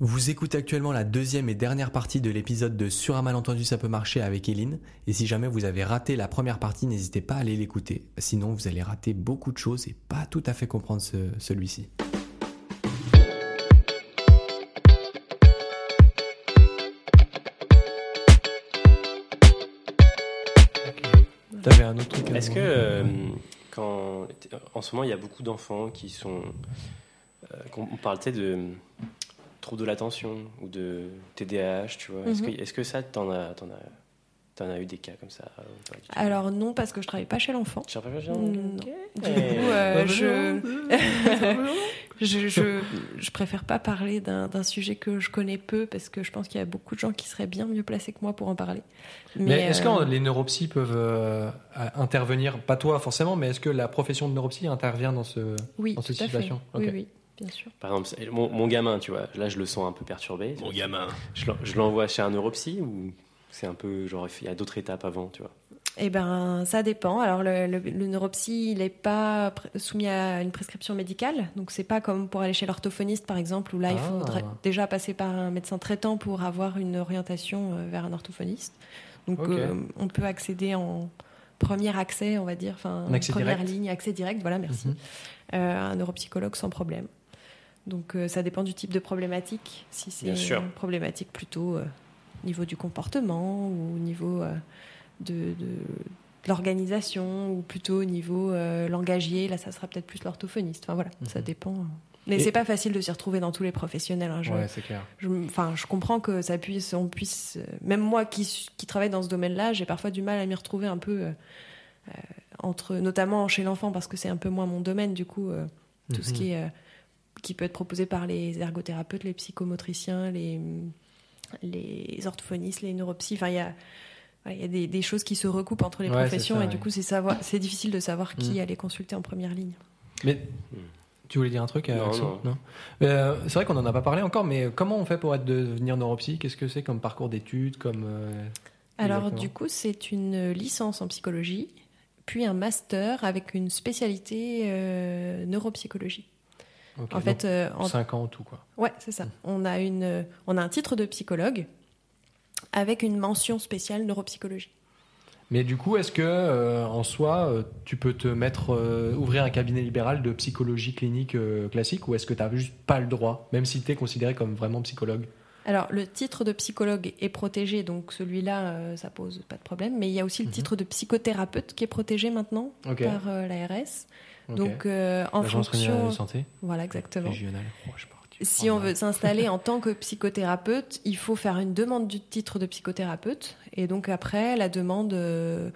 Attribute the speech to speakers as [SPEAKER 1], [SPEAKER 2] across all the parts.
[SPEAKER 1] Vous écoutez actuellement la deuxième et dernière partie de l'épisode de Sur un malentendu ça peut marcher avec Eline. Et si jamais vous avez raté la première partie, n'hésitez pas à aller l'écouter. Sinon, vous allez rater beaucoup de choses et pas tout à fait comprendre ce- celui-ci. T'avais un autre truc. à
[SPEAKER 2] Est-ce que,
[SPEAKER 1] demander
[SPEAKER 2] euh, quand, en ce moment, il y a beaucoup d'enfants qui sont. euh, qu'on- on parle, tu sais, de troubles de l'attention ou de TDAH, tu vois. Est-ce
[SPEAKER 3] Mhm.
[SPEAKER 2] que, est que ça, t'en as, t'en as, t'en as eu des cas comme ça euh, ou pas du tout
[SPEAKER 3] Alors non, parce que je travaille pas chez l'enfant.
[SPEAKER 2] Tu en parles pas, Jean
[SPEAKER 3] Non. Du coup,
[SPEAKER 2] Eh.
[SPEAKER 3] euh, je, je, je, je préfère pas parler d'un d'un sujet que je connais peu parce que je pense qu'il y a beaucoup de gens qui seraient bien mieux placés que moi pour en parler.
[SPEAKER 4] Mais, est-ce que
[SPEAKER 3] euh,
[SPEAKER 4] les neuropsies peuvent euh, à- intervenir, pas toi forcément, mais est-ce que la profession de neuropsie intervient dans ce...
[SPEAKER 3] oui,
[SPEAKER 4] dans
[SPEAKER 3] tout
[SPEAKER 4] cette
[SPEAKER 3] à fait.
[SPEAKER 4] situation
[SPEAKER 3] Oui,
[SPEAKER 4] Ok.
[SPEAKER 3] oui, bien sûr.
[SPEAKER 2] Par exemple, c'est- mon, mon gamin, tu vois, là, je le sens un peu perturbé. Mon gamin. Je l'en- je l'envoie chez un neuropsy ou c'est un peu genre, il y a d'autres étapes avant, tu vois.
[SPEAKER 3] Eh ben, ça dépend. Alors, le, le, le neuropsy, il n'est pas pr- soumis à une prescription médicale. Donc, c'est pas comme pour aller chez l'orthophoniste, par exemple, où là, il
[SPEAKER 4] Ah.
[SPEAKER 3] faudrait déjà passer par un médecin traitant pour avoir une orientation euh, vers un orthophoniste. Donc,
[SPEAKER 4] Ok.
[SPEAKER 3] euh, on peut accéder en premier accès, on va dire, enfin,
[SPEAKER 4] Un accès
[SPEAKER 3] première
[SPEAKER 4] direct.
[SPEAKER 3] ligne, accès direct, voilà, merci,
[SPEAKER 4] Mhm.
[SPEAKER 3] euh, à un neuropsychologue sans problème. Donc, euh, ça dépend du type de problématique. Si c'est
[SPEAKER 2] Bien sûr.
[SPEAKER 3] une problématique plutôt euh, au niveau du comportement ou au niveau euh, de, de- de l'organisation ou plutôt au niveau euh, langagier. Là, ça sera peut-être plus l'orthophoniste. Enfin voilà, ça
[SPEAKER 4] Mhm.
[SPEAKER 3] dépend. Mais
[SPEAKER 4] Et-
[SPEAKER 3] c'est pas facile de s'y retrouver dans tous les professionnels. hein. Je,
[SPEAKER 4] Ouais, c'est clair.
[SPEAKER 3] je, enfin, je comprends que ça puisse, on puisse. euh, Même moi qui, suis- qui travaille dans ce domaine-là, j'ai parfois du mal à m'y retrouver un peu euh, euh, entre, notamment chez l'enfant parce que c'est un peu moins mon domaine du coup. euh, tout ce
[SPEAKER 4] Mhm.
[SPEAKER 3] qui est euh, qui peut être proposé par les ergothérapeutes, les psychomotriciens, les les orthophonistes, les neuropsies. Enfin, il y a voilà, il y a des, des choses qui se recoupent entre les
[SPEAKER 4] Ouais, c'est
[SPEAKER 3] professions
[SPEAKER 4] ça,
[SPEAKER 3] et
[SPEAKER 4] ouais.
[SPEAKER 3] du coup c'est savoir c'est difficile de savoir qui
[SPEAKER 4] Mhm.
[SPEAKER 3] aller consulter en première ligne.
[SPEAKER 4] Mais tu voulais dire un truc euh,
[SPEAKER 2] Non,
[SPEAKER 4] Axel
[SPEAKER 2] non.
[SPEAKER 4] Euh, C'est vrai qu'on n'en a pas parlé encore, mais comment on fait pour être devenir neuropsy Qu'est-ce que c'est comme parcours d'études comme euh,
[SPEAKER 3] Alors
[SPEAKER 4] Exactement.
[SPEAKER 3] du coup c'est une licence en psychologie puis un master avec une spécialité euh, neuropsychologie.
[SPEAKER 4] ok,
[SPEAKER 3] en fait euh, en
[SPEAKER 4] donc, Hmm. 5 ans en tout quoi.
[SPEAKER 3] Ouais, c'est ça. On a, une, euh, on a un titre de psychologue avec une mention spéciale neuropsychologie.
[SPEAKER 4] Mais du coup, est-ce que euh, en soi, euh, tu peux te mettre euh, ouvrir un cabinet libéral de psychologie clinique euh, classique ou est-ce que tu n'as juste pas le droit, même si tu es considéré comme vraiment psychologue
[SPEAKER 3] Alors, le titre de psychologue est protégé, donc celui-là, euh, ça pose pas de problème. Mais il y a aussi le
[SPEAKER 4] Mhm.
[SPEAKER 3] titre de psychothérapeute qui est protégé maintenant
[SPEAKER 4] Ok.
[SPEAKER 3] par euh, l'ARS.
[SPEAKER 4] ok.
[SPEAKER 3] Donc, euh, en
[SPEAKER 4] L'Agence régionale
[SPEAKER 3] fonction.
[SPEAKER 4] de santé
[SPEAKER 3] Voilà, exactement.
[SPEAKER 4] régionale. Oh, je suis parti.
[SPEAKER 3] Si
[SPEAKER 4] Oh,
[SPEAKER 3] on
[SPEAKER 4] merde.
[SPEAKER 3] veut s'installer en tant que psychothérapeute, il faut faire une demande du titre de psychothérapeute. Et donc après, la demande, euh,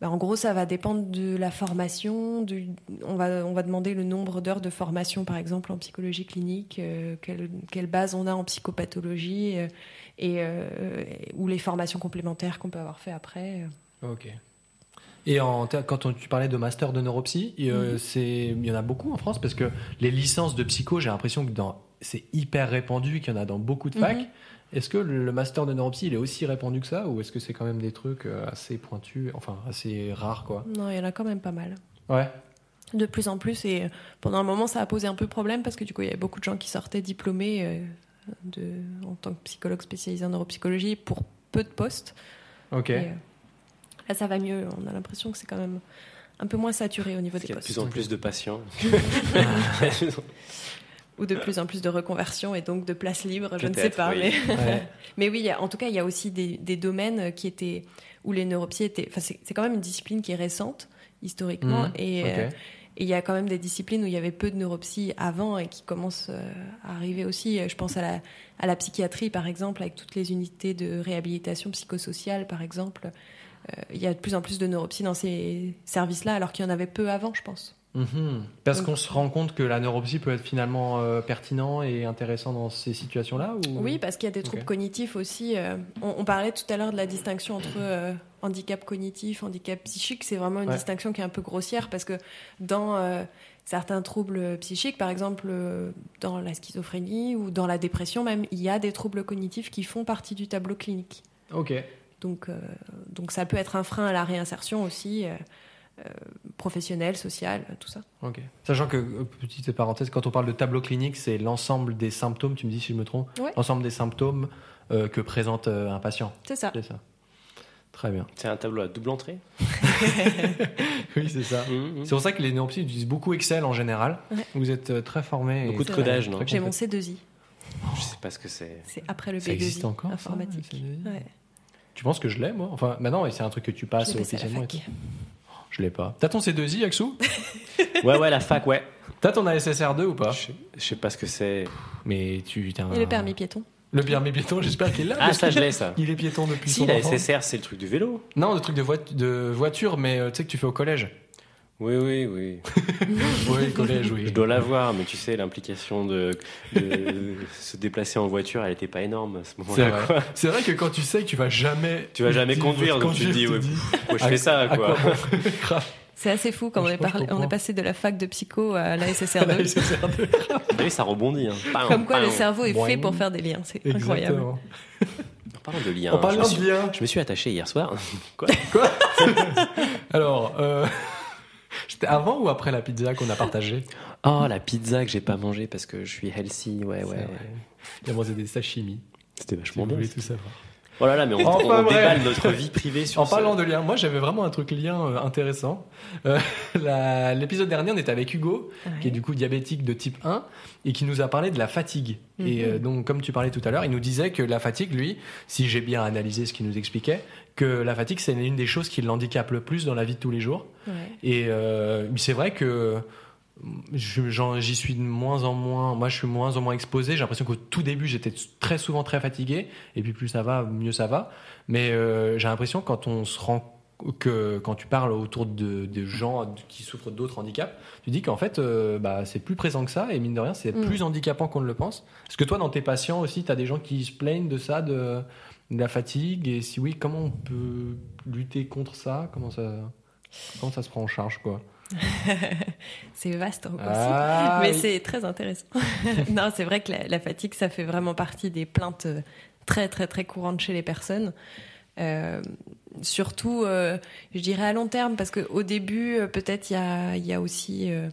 [SPEAKER 3] bah, en gros, ça va dépendre de la formation. du- on, va, on va demander le nombre d'heures de formation, par exemple, en psychologie clinique, euh, quelle, quelle base on a en psychopathologie, euh, et, euh, et- ou les formations complémentaires qu'on peut avoir fait après.
[SPEAKER 4] Ok. Et en ter- quand on- tu parlais de master de neuropsy, et, euh, c'est- il y en a beaucoup en France parce que les licences de psycho, j'ai l'impression que dans- c'est hyper répandu, qu'il y en a dans beaucoup de facs.
[SPEAKER 3] Mhm.
[SPEAKER 4] Est-ce que le master de neuropsy, il est aussi répandu que ça ou est-ce que c'est quand même des trucs euh, assez pointus, enfin assez rares quoi
[SPEAKER 3] Non, il y en a quand même pas mal.
[SPEAKER 4] Ouais.
[SPEAKER 3] de plus en plus. Et euh, pendant un moment, ça a posé un peu problème parce que du coup, il y avait beaucoup de gens qui sortaient diplômés euh, de, en tant que psychologue spécialisé en neuropsychologie pour peu de postes.
[SPEAKER 4] Ok.
[SPEAKER 3] Et, euh, là, ça va mieux. On a l'impression que c'est quand même un peu moins saturé au niveau
[SPEAKER 2] Parce
[SPEAKER 3] des
[SPEAKER 2] qu'il y a de
[SPEAKER 3] postes.
[SPEAKER 2] plus en plus de patients.
[SPEAKER 3] Ou de plus en plus de reconversions et donc de places libres, je ne sais
[SPEAKER 2] Euh. Peut-être,
[SPEAKER 3] pas.
[SPEAKER 2] oui.
[SPEAKER 3] Mais...
[SPEAKER 4] Ouais.
[SPEAKER 3] Mais oui, il y a- en tout cas, il y a aussi des, des domaines qui étaient où les neuropsies étaient. Enfin, c'est c'est quand même une discipline qui est récente historiquement
[SPEAKER 4] Mhm.
[SPEAKER 3] et,
[SPEAKER 4] Ok.
[SPEAKER 3] euh, et il y a quand même des disciplines où il y avait peu de neuropsie avant et qui commencent euh, à arriver aussi. Euh, Je pense à la, à la psychiatrie, par exemple, avec toutes les unités de réhabilitation psychosociale, par exemple. Euh, il y a de plus en plus de neuropsie dans ces services-là, alors qu'il y en avait peu avant, je pense.
[SPEAKER 4] Mhm. Parce
[SPEAKER 3] Donc-
[SPEAKER 4] qu'on se rend compte que la neuropsy peut être finalement euh, pertinent et intéressant dans ces situations-là ou...
[SPEAKER 3] Oui, bah parce qu'il y a des troubles
[SPEAKER 4] Mmh. Ok.
[SPEAKER 3] cognitifs aussi. euh, on, on parlait tout à l'heure de la distinction entre euh, handicap cognitif, handicap psychique. C'est vraiment une
[SPEAKER 4] Ouais.
[SPEAKER 3] distinction qui est un peu grossière parce que dans euh, certains troubles psychiques, par exemple euh, dans la schizophrénie ou dans la dépression même, il y a des troubles cognitifs qui font partie du tableau clinique.
[SPEAKER 4] Ok.
[SPEAKER 3] Donc, euh, donc ça peut être un frein à la réinsertion aussi. euh, professionnelle, sociale, tout ça.
[SPEAKER 4] Ok. Sachant que, euh, petite parenthèse, quand on parle de tableau clinique, c'est l'ensemble des symptômes, tu me dis si je me trompe,
[SPEAKER 3] Ouais.
[SPEAKER 4] l'ensemble des symptômes euh, que présente euh, un patient.
[SPEAKER 3] C'est ça.
[SPEAKER 4] C'est ça. Très bien.
[SPEAKER 2] C'est un tableau à double entrée.
[SPEAKER 4] Oui, c'est ça.
[SPEAKER 2] Mhm.
[SPEAKER 4] C'est pour ça que les neuropsy utilisent beaucoup Excel en général.
[SPEAKER 3] Ouais.
[SPEAKER 4] Vous êtes euh, très formés.
[SPEAKER 2] Beaucoup de
[SPEAKER 4] et très-
[SPEAKER 2] codage,
[SPEAKER 4] très
[SPEAKER 2] non
[SPEAKER 3] J'ai mon
[SPEAKER 4] compétents.
[SPEAKER 3] C2I.
[SPEAKER 2] Je sais pas ce que c'est.
[SPEAKER 3] C'est après le
[SPEAKER 4] Ça existe
[SPEAKER 3] B2I
[SPEAKER 4] encore, ça,
[SPEAKER 3] informatique.
[SPEAKER 4] le C2I?
[SPEAKER 3] Ouais,
[SPEAKER 4] Tu penses que je l'ai, moi Enfin, maintenant, et Ah, c'est un truc que tu
[SPEAKER 3] je
[SPEAKER 4] passes
[SPEAKER 3] l'ai passé à la
[SPEAKER 4] officiellement. et
[SPEAKER 3] fac.
[SPEAKER 4] tout. Je l'ai pas. T'as ton C2I, Axou
[SPEAKER 2] Ouais, ouais, la fac, ouais.
[SPEAKER 4] T'as ton ASSR2 ou pas
[SPEAKER 2] Je, je sais pas ce que c'est.
[SPEAKER 4] Mais tu. t'as un-
[SPEAKER 3] Et le permis piéton.
[SPEAKER 4] Le permis piéton, j'espère qu'il l'a.
[SPEAKER 2] Ah,
[SPEAKER 4] parce
[SPEAKER 2] ça,
[SPEAKER 4] que-
[SPEAKER 2] je l'ai, ça.
[SPEAKER 4] Il est piéton depuis
[SPEAKER 2] Si,
[SPEAKER 4] son
[SPEAKER 2] la
[SPEAKER 4] enfance.
[SPEAKER 2] SSR, c'est le truc du vélo.
[SPEAKER 4] Non, le truc de, voit- de voiture, mais euh, tu sais que tu fais au collège.
[SPEAKER 2] Oui, oui, oui.
[SPEAKER 4] Oui, collège, oui.
[SPEAKER 2] Je dois l'avoir, mais tu sais, l'implication de, de se déplacer en voiture, elle était pas énorme à ce
[SPEAKER 4] C'est
[SPEAKER 2] moment-là.
[SPEAKER 4] vrai. C'est vrai que quand tu sais que tu vas jamais.
[SPEAKER 2] Tu vas jamais
[SPEAKER 4] te-
[SPEAKER 2] conduire, donc tu te dis, ouais, Moi, je fais ça,
[SPEAKER 4] à
[SPEAKER 2] quoi.
[SPEAKER 4] quoi bon Grave.
[SPEAKER 3] C'est assez fou quand
[SPEAKER 4] Je
[SPEAKER 3] on est,
[SPEAKER 4] pense que je
[SPEAKER 3] parlé- on
[SPEAKER 4] comprends.
[SPEAKER 3] est passé de la fac de psycho à la
[SPEAKER 4] Là, il
[SPEAKER 3] SSR2.
[SPEAKER 4] se sert de-
[SPEAKER 2] Vous voyez, ça rebondit. hein. Pam,
[SPEAKER 3] Comme quoi
[SPEAKER 2] pam.
[SPEAKER 3] le cerveau est fait
[SPEAKER 4] Boing.
[SPEAKER 3] pour faire des liens. C'est incroyable.
[SPEAKER 4] Exactement.
[SPEAKER 2] En parlant de lien,
[SPEAKER 4] En
[SPEAKER 2] je,
[SPEAKER 4] parlant
[SPEAKER 2] me suis,
[SPEAKER 4] de lien.
[SPEAKER 2] je me suis attaché hier soir.
[SPEAKER 4] Alors, euh, c'était avant ou après la pizza qu'on a partagée
[SPEAKER 2] Oh, la pizza que j'ai pas mangée parce que je suis healthy. Ouais, ouais.
[SPEAKER 4] C'est
[SPEAKER 2] ouais.
[SPEAKER 4] vrai. Il a mangé des sashimi.
[SPEAKER 2] C'était
[SPEAKER 4] Si
[SPEAKER 2] vachement
[SPEAKER 4] vous
[SPEAKER 2] bien.
[SPEAKER 4] voulez tout savoir.
[SPEAKER 2] Oh là là, mais on,
[SPEAKER 4] Enfin,
[SPEAKER 2] on
[SPEAKER 4] bref.
[SPEAKER 2] déballe notre vie privée sur
[SPEAKER 4] En parlant
[SPEAKER 2] ce-
[SPEAKER 4] de lien, moi j'avais vraiment un truc lien euh, intéressant. Euh, la- L'épisode dernier, on était avec Hugo, qui est
[SPEAKER 3] Ouais.
[SPEAKER 4] du coup diabétique de type 1 et qui nous a parlé de la fatigue.
[SPEAKER 3] Mhm.
[SPEAKER 4] Et euh, donc, comme tu parlais tout à l'heure, il nous disait que la fatigue, lui, si j'ai bien analysé ce qu'il nous expliquait, que la fatigue, c'est l'une des choses qui l'handicape le plus dans la vie de tous les jours.
[SPEAKER 3] Ouais.
[SPEAKER 4] Et euh, c'est vrai que je- j'en- j'y suis de moins en moins. Moi, je suis de moins en moins exposé. J'ai l'impression qu'au tout début, j'étais très souvent très fatigué. Et puis, plus ça va, mieux ça va. Mais euh, j'ai l'impression quand on se rend que quand tu parles autour de, de gens qui souffrent d'autres handicaps, tu dis qu'en fait, euh, bah, c'est plus présent que ça. Et mine de rien, c'est
[SPEAKER 3] Mm.
[SPEAKER 4] plus handicapant qu'on ne le pense. Est-ce que toi, dans tes patients aussi, tu as des gens qui se plaignent de ça, de, de la fatigue Et si oui, comment on peut lutter contre ça Comment ça Comment ça se prend en charge, quoi
[SPEAKER 3] C'est vaste encore.
[SPEAKER 4] Ah,
[SPEAKER 3] Mais
[SPEAKER 4] oui.
[SPEAKER 3] c'est très intéressant. non, c'est vrai que la, la fatigue, ça fait vraiment partie des plaintes euh, très, très, très courantes chez les personnes. Euh, surtout, euh, je dirais à long terme, parce qu'au début, euh, peut-être il y a, il y a aussi euh,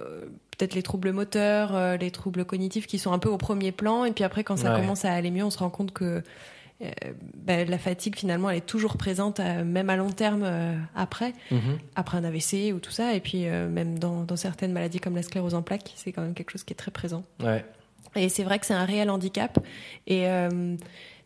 [SPEAKER 3] euh, peut-être les troubles moteurs, euh, les troubles cognitifs qui sont un peu au premier plan. Et puis après, quand ça
[SPEAKER 4] Ouais.
[SPEAKER 3] commence à aller mieux, on se rend compte que euh, ben, la fatigue, finalement, elle est toujours présente, euh, même à long terme euh, après
[SPEAKER 4] Mhm.
[SPEAKER 3] après un AVC ou tout ça, et puis euh, même dans, dans certaines maladies comme la sclérose en plaques, c'est quand même quelque chose qui est très présent.
[SPEAKER 4] Ouais.
[SPEAKER 3] Et c'est vrai que c'est un réel handicap, et euh,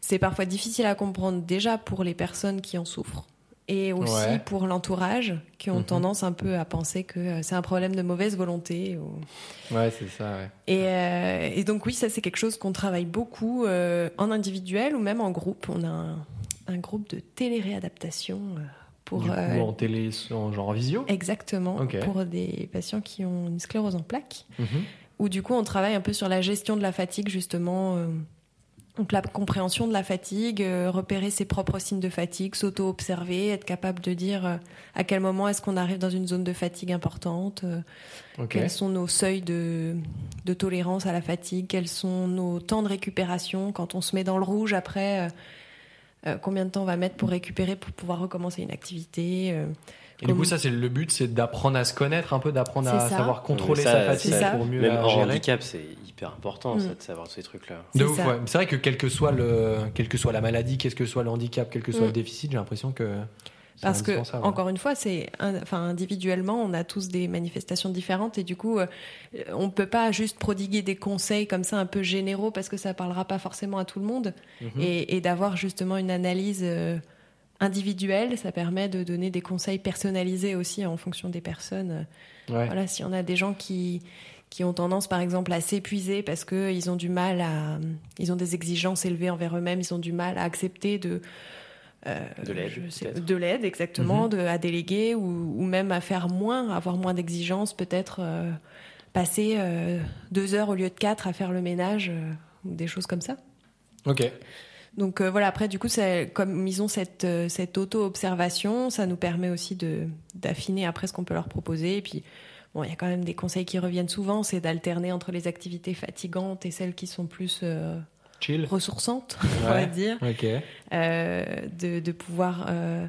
[SPEAKER 3] c'est parfois difficile à comprendre déjà pour les personnes qui en souffrent, et aussi
[SPEAKER 4] Ouais.
[SPEAKER 3] pour l'entourage, qui ont
[SPEAKER 4] Mhm.
[SPEAKER 3] tendance un peu à penser que euh, c'est un problème de mauvaise volonté. ou-
[SPEAKER 4] Ouais, c'est ça, ouais.
[SPEAKER 3] Et, euh, et donc oui, ça c'est quelque chose qu'on travaille beaucoup euh, en individuel ou même en groupe. On a un, un groupe de téléréadaptation euh, pour...
[SPEAKER 4] du coup,
[SPEAKER 3] euh,
[SPEAKER 4] en télé, en genre en visio.
[SPEAKER 3] Exactement,
[SPEAKER 4] Ok.
[SPEAKER 3] pour des patients qui ont une sclérose en plaques,
[SPEAKER 4] Mhm.
[SPEAKER 3] où du coup on travaille un peu sur la gestion de la fatigue justement, euh, donc la compréhension de la fatigue, euh, repérer ses propres signes de fatigue, s'auto-observer, être capable de dire euh, à quel moment est-ce qu'on arrive dans une zone de fatigue importante, euh,
[SPEAKER 4] Ok.
[SPEAKER 3] quels sont nos seuils de, de tolérance à la fatigue, quels sont nos temps de récupération quand on se met dans le rouge après. euh, euh, combien de temps on va mettre pour récupérer pour pouvoir recommencer une activité euh,
[SPEAKER 4] Et du coup, ça, c'est le but, c'est d'apprendre à se connaître, un peu d'apprendre à
[SPEAKER 3] C'est ça.
[SPEAKER 4] savoir contrôler
[SPEAKER 2] Mais ça,
[SPEAKER 4] sa
[SPEAKER 3] c'est
[SPEAKER 4] fatigue
[SPEAKER 3] ça.
[SPEAKER 4] pour mieux
[SPEAKER 2] Même
[SPEAKER 4] la
[SPEAKER 2] en
[SPEAKER 4] gérer.
[SPEAKER 2] handicap, c'est hyper important
[SPEAKER 3] Mm.
[SPEAKER 2] ça, de savoir ces trucs-là.
[SPEAKER 4] De
[SPEAKER 3] C'est
[SPEAKER 4] ouf,
[SPEAKER 3] ça.
[SPEAKER 4] ouais. C'est vrai que quel que soit le, quelle que soit la maladie, quel que soit le handicap, quel que soit
[SPEAKER 3] Mm.
[SPEAKER 4] le déficit, j'ai l'impression que c'est
[SPEAKER 3] Parce que,
[SPEAKER 4] indispensable.
[SPEAKER 3] encore une fois, c'est un- enfin, individuellement, on a tous des manifestations différentes et du coup, euh, on ne peut pas juste prodiguer des conseils comme ça un peu généraux parce que ça ne parlera pas forcément à tout le monde.
[SPEAKER 4] Mhm.
[SPEAKER 3] Et, et d'avoir justement une analyse euh, individuelle, ça permet de donner des conseils personnalisés aussi en fonction des personnes. euh,
[SPEAKER 4] Ouais.
[SPEAKER 3] Voilà, si on a des gens qui qui ont tendance, par exemple, à s'épuiser parce que ils ont du mal à, ils ont des exigences élevées envers eux-mêmes, ils ont du mal à accepter de euh,
[SPEAKER 2] De l'aide,
[SPEAKER 3] je sais-
[SPEAKER 2] peut-être.
[SPEAKER 3] de l'aide exactement,
[SPEAKER 4] Mhm.
[SPEAKER 3] de, à déléguer ou, ou même à faire moins, à avoir moins d'exigences, peut-être euh, passer euh, deux heures au lieu de quatre à faire le ménage euh, ou des choses comme ça.
[SPEAKER 4] Ok.
[SPEAKER 3] Donc euh, voilà, après, du coup, ça- comme ils ont cette, euh, cette auto-observation, ça nous permet aussi de- d'affiner après ce qu'on peut leur proposer. Et puis, bon, il y a quand même des conseils qui reviennent souvent, c'est d'alterner entre les activités fatigantes et celles qui sont plus euh,
[SPEAKER 4] Chill.
[SPEAKER 3] ressourçantes, on va
[SPEAKER 4] Ouais.
[SPEAKER 3] dire,
[SPEAKER 4] Ok.
[SPEAKER 3] Euh, de, de pouvoir... euh,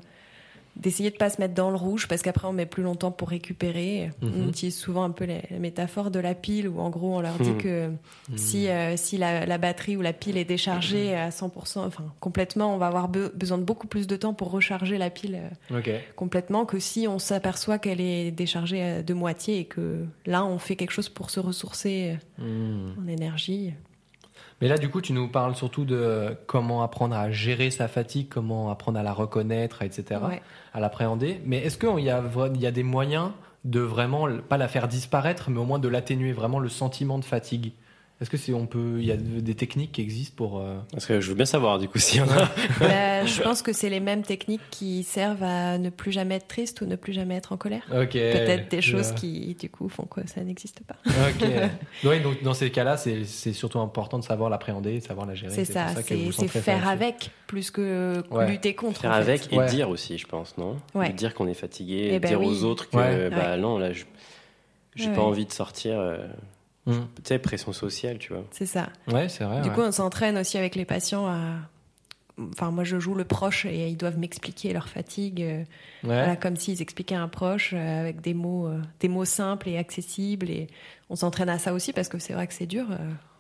[SPEAKER 3] d'essayer de pas se mettre dans le rouge parce qu'après on met plus longtemps pour récupérer.
[SPEAKER 4] Mhm.
[SPEAKER 3] On utilise souvent un peu la, la métaphore de la pile où en gros on leur dit
[SPEAKER 2] Mhm.
[SPEAKER 3] que si,
[SPEAKER 4] Hmm.
[SPEAKER 3] euh, si la, la batterie ou la pile est déchargée à 100%, enfin complètement, on va avoir be- besoin de beaucoup plus de temps pour recharger la pile euh,
[SPEAKER 4] Mhm. Ok.
[SPEAKER 3] complètement que si on s'aperçoit qu'elle est déchargée euh, de moitié et que là on fait quelque chose pour se ressourcer
[SPEAKER 4] Hmm.
[SPEAKER 3] euh, en énergie.
[SPEAKER 4] Mais là, du coup, tu nous parles surtout de comment apprendre à gérer sa fatigue, comment apprendre à la reconnaître, etc.,
[SPEAKER 3] Ouais.
[SPEAKER 4] à l'appréhender. Mais est-ce qu'il y, a vra- il y a des moyens de vraiment, pas la faire disparaître, mais au moins de l'atténuer, vraiment le sentiment de fatigue Est-ce que c'est, on peut, il y a de- des techniques qui existent pour. euh,
[SPEAKER 2] Parce que je veux bien savoir, du coup, s'il y en a.
[SPEAKER 3] Bah, je pense que c'est les mêmes techniques qui servent à ne plus jamais être triste ou ne plus jamais être en colère.
[SPEAKER 4] Ok.
[SPEAKER 3] Peut-être des
[SPEAKER 4] Je-
[SPEAKER 3] choses qui, du coup, font que ça n'existe pas.
[SPEAKER 4] Ok. Ouais, donc dans ces cas-là, c'est, c'est surtout important de savoir l'appréhender, de savoir la gérer.
[SPEAKER 3] c'est ça,
[SPEAKER 4] pour que
[SPEAKER 3] c'est
[SPEAKER 4] vous
[SPEAKER 3] c'est
[SPEAKER 4] centrez
[SPEAKER 3] faire
[SPEAKER 4] là-dessus.
[SPEAKER 3] avec plus que
[SPEAKER 4] Ouais.
[SPEAKER 3] lutter contre.
[SPEAKER 2] Faire
[SPEAKER 3] en fait.
[SPEAKER 2] avec et
[SPEAKER 4] Ouais.
[SPEAKER 2] dire aussi, je pense, non
[SPEAKER 3] Ouais.
[SPEAKER 2] De Dire qu'on est fatigué,
[SPEAKER 3] Eh ben
[SPEAKER 2] dire
[SPEAKER 3] oui.
[SPEAKER 2] aux autres que
[SPEAKER 4] Ouais.
[SPEAKER 2] bah non, là, je- j'ai
[SPEAKER 3] Ouais.
[SPEAKER 2] pas envie de sortir. euh,
[SPEAKER 4] Hmm.
[SPEAKER 2] Tu sais, pression sociale, tu vois.
[SPEAKER 3] C'est ça.
[SPEAKER 4] Ouais, c'est vrai.
[SPEAKER 3] Du
[SPEAKER 4] ouais.
[SPEAKER 3] coup, on s'entraîne aussi avec les patients à. Enfin, moi, je joue le proche et ils doivent m'expliquer leur fatigue, euh,
[SPEAKER 4] Ouais.
[SPEAKER 3] voilà, comme s'ils expliquaient à un proche euh, avec des mots, euh, des mots simples et accessibles. Et on s'entraîne à ça aussi parce que c'est vrai que c'est dur euh,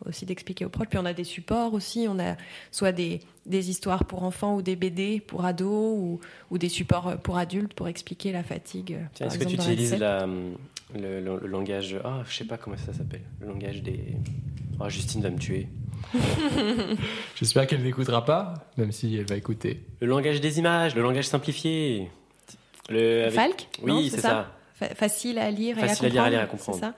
[SPEAKER 3] aussi d'expliquer aux proches. Puis on a des supports aussi, on a soit des, des histoires pour enfants ou des BD pour ados ou, ou des supports euh, pour adultes pour expliquer la fatigue. euh,
[SPEAKER 2] Tiens,
[SPEAKER 3] par
[SPEAKER 2] Est-ce que tu
[SPEAKER 3] exemple, dans la
[SPEAKER 2] utilises
[SPEAKER 3] recette.
[SPEAKER 2] la, hum, le, le- le langage. Ah, je sais pas comment ça s'appelle. Le langage des. Ah, Justine va me tuer.
[SPEAKER 4] J'espère qu'elle n'écoutera pas, même si elle va écouter.
[SPEAKER 2] Le langage des images, le langage simplifié. Le, avec-
[SPEAKER 3] Falk Non,
[SPEAKER 2] Oui, c'est ça.
[SPEAKER 3] Fa- Facile à lire et à
[SPEAKER 2] Facile à
[SPEAKER 3] comprendre.
[SPEAKER 2] lire et à comprendre.
[SPEAKER 3] c'est ça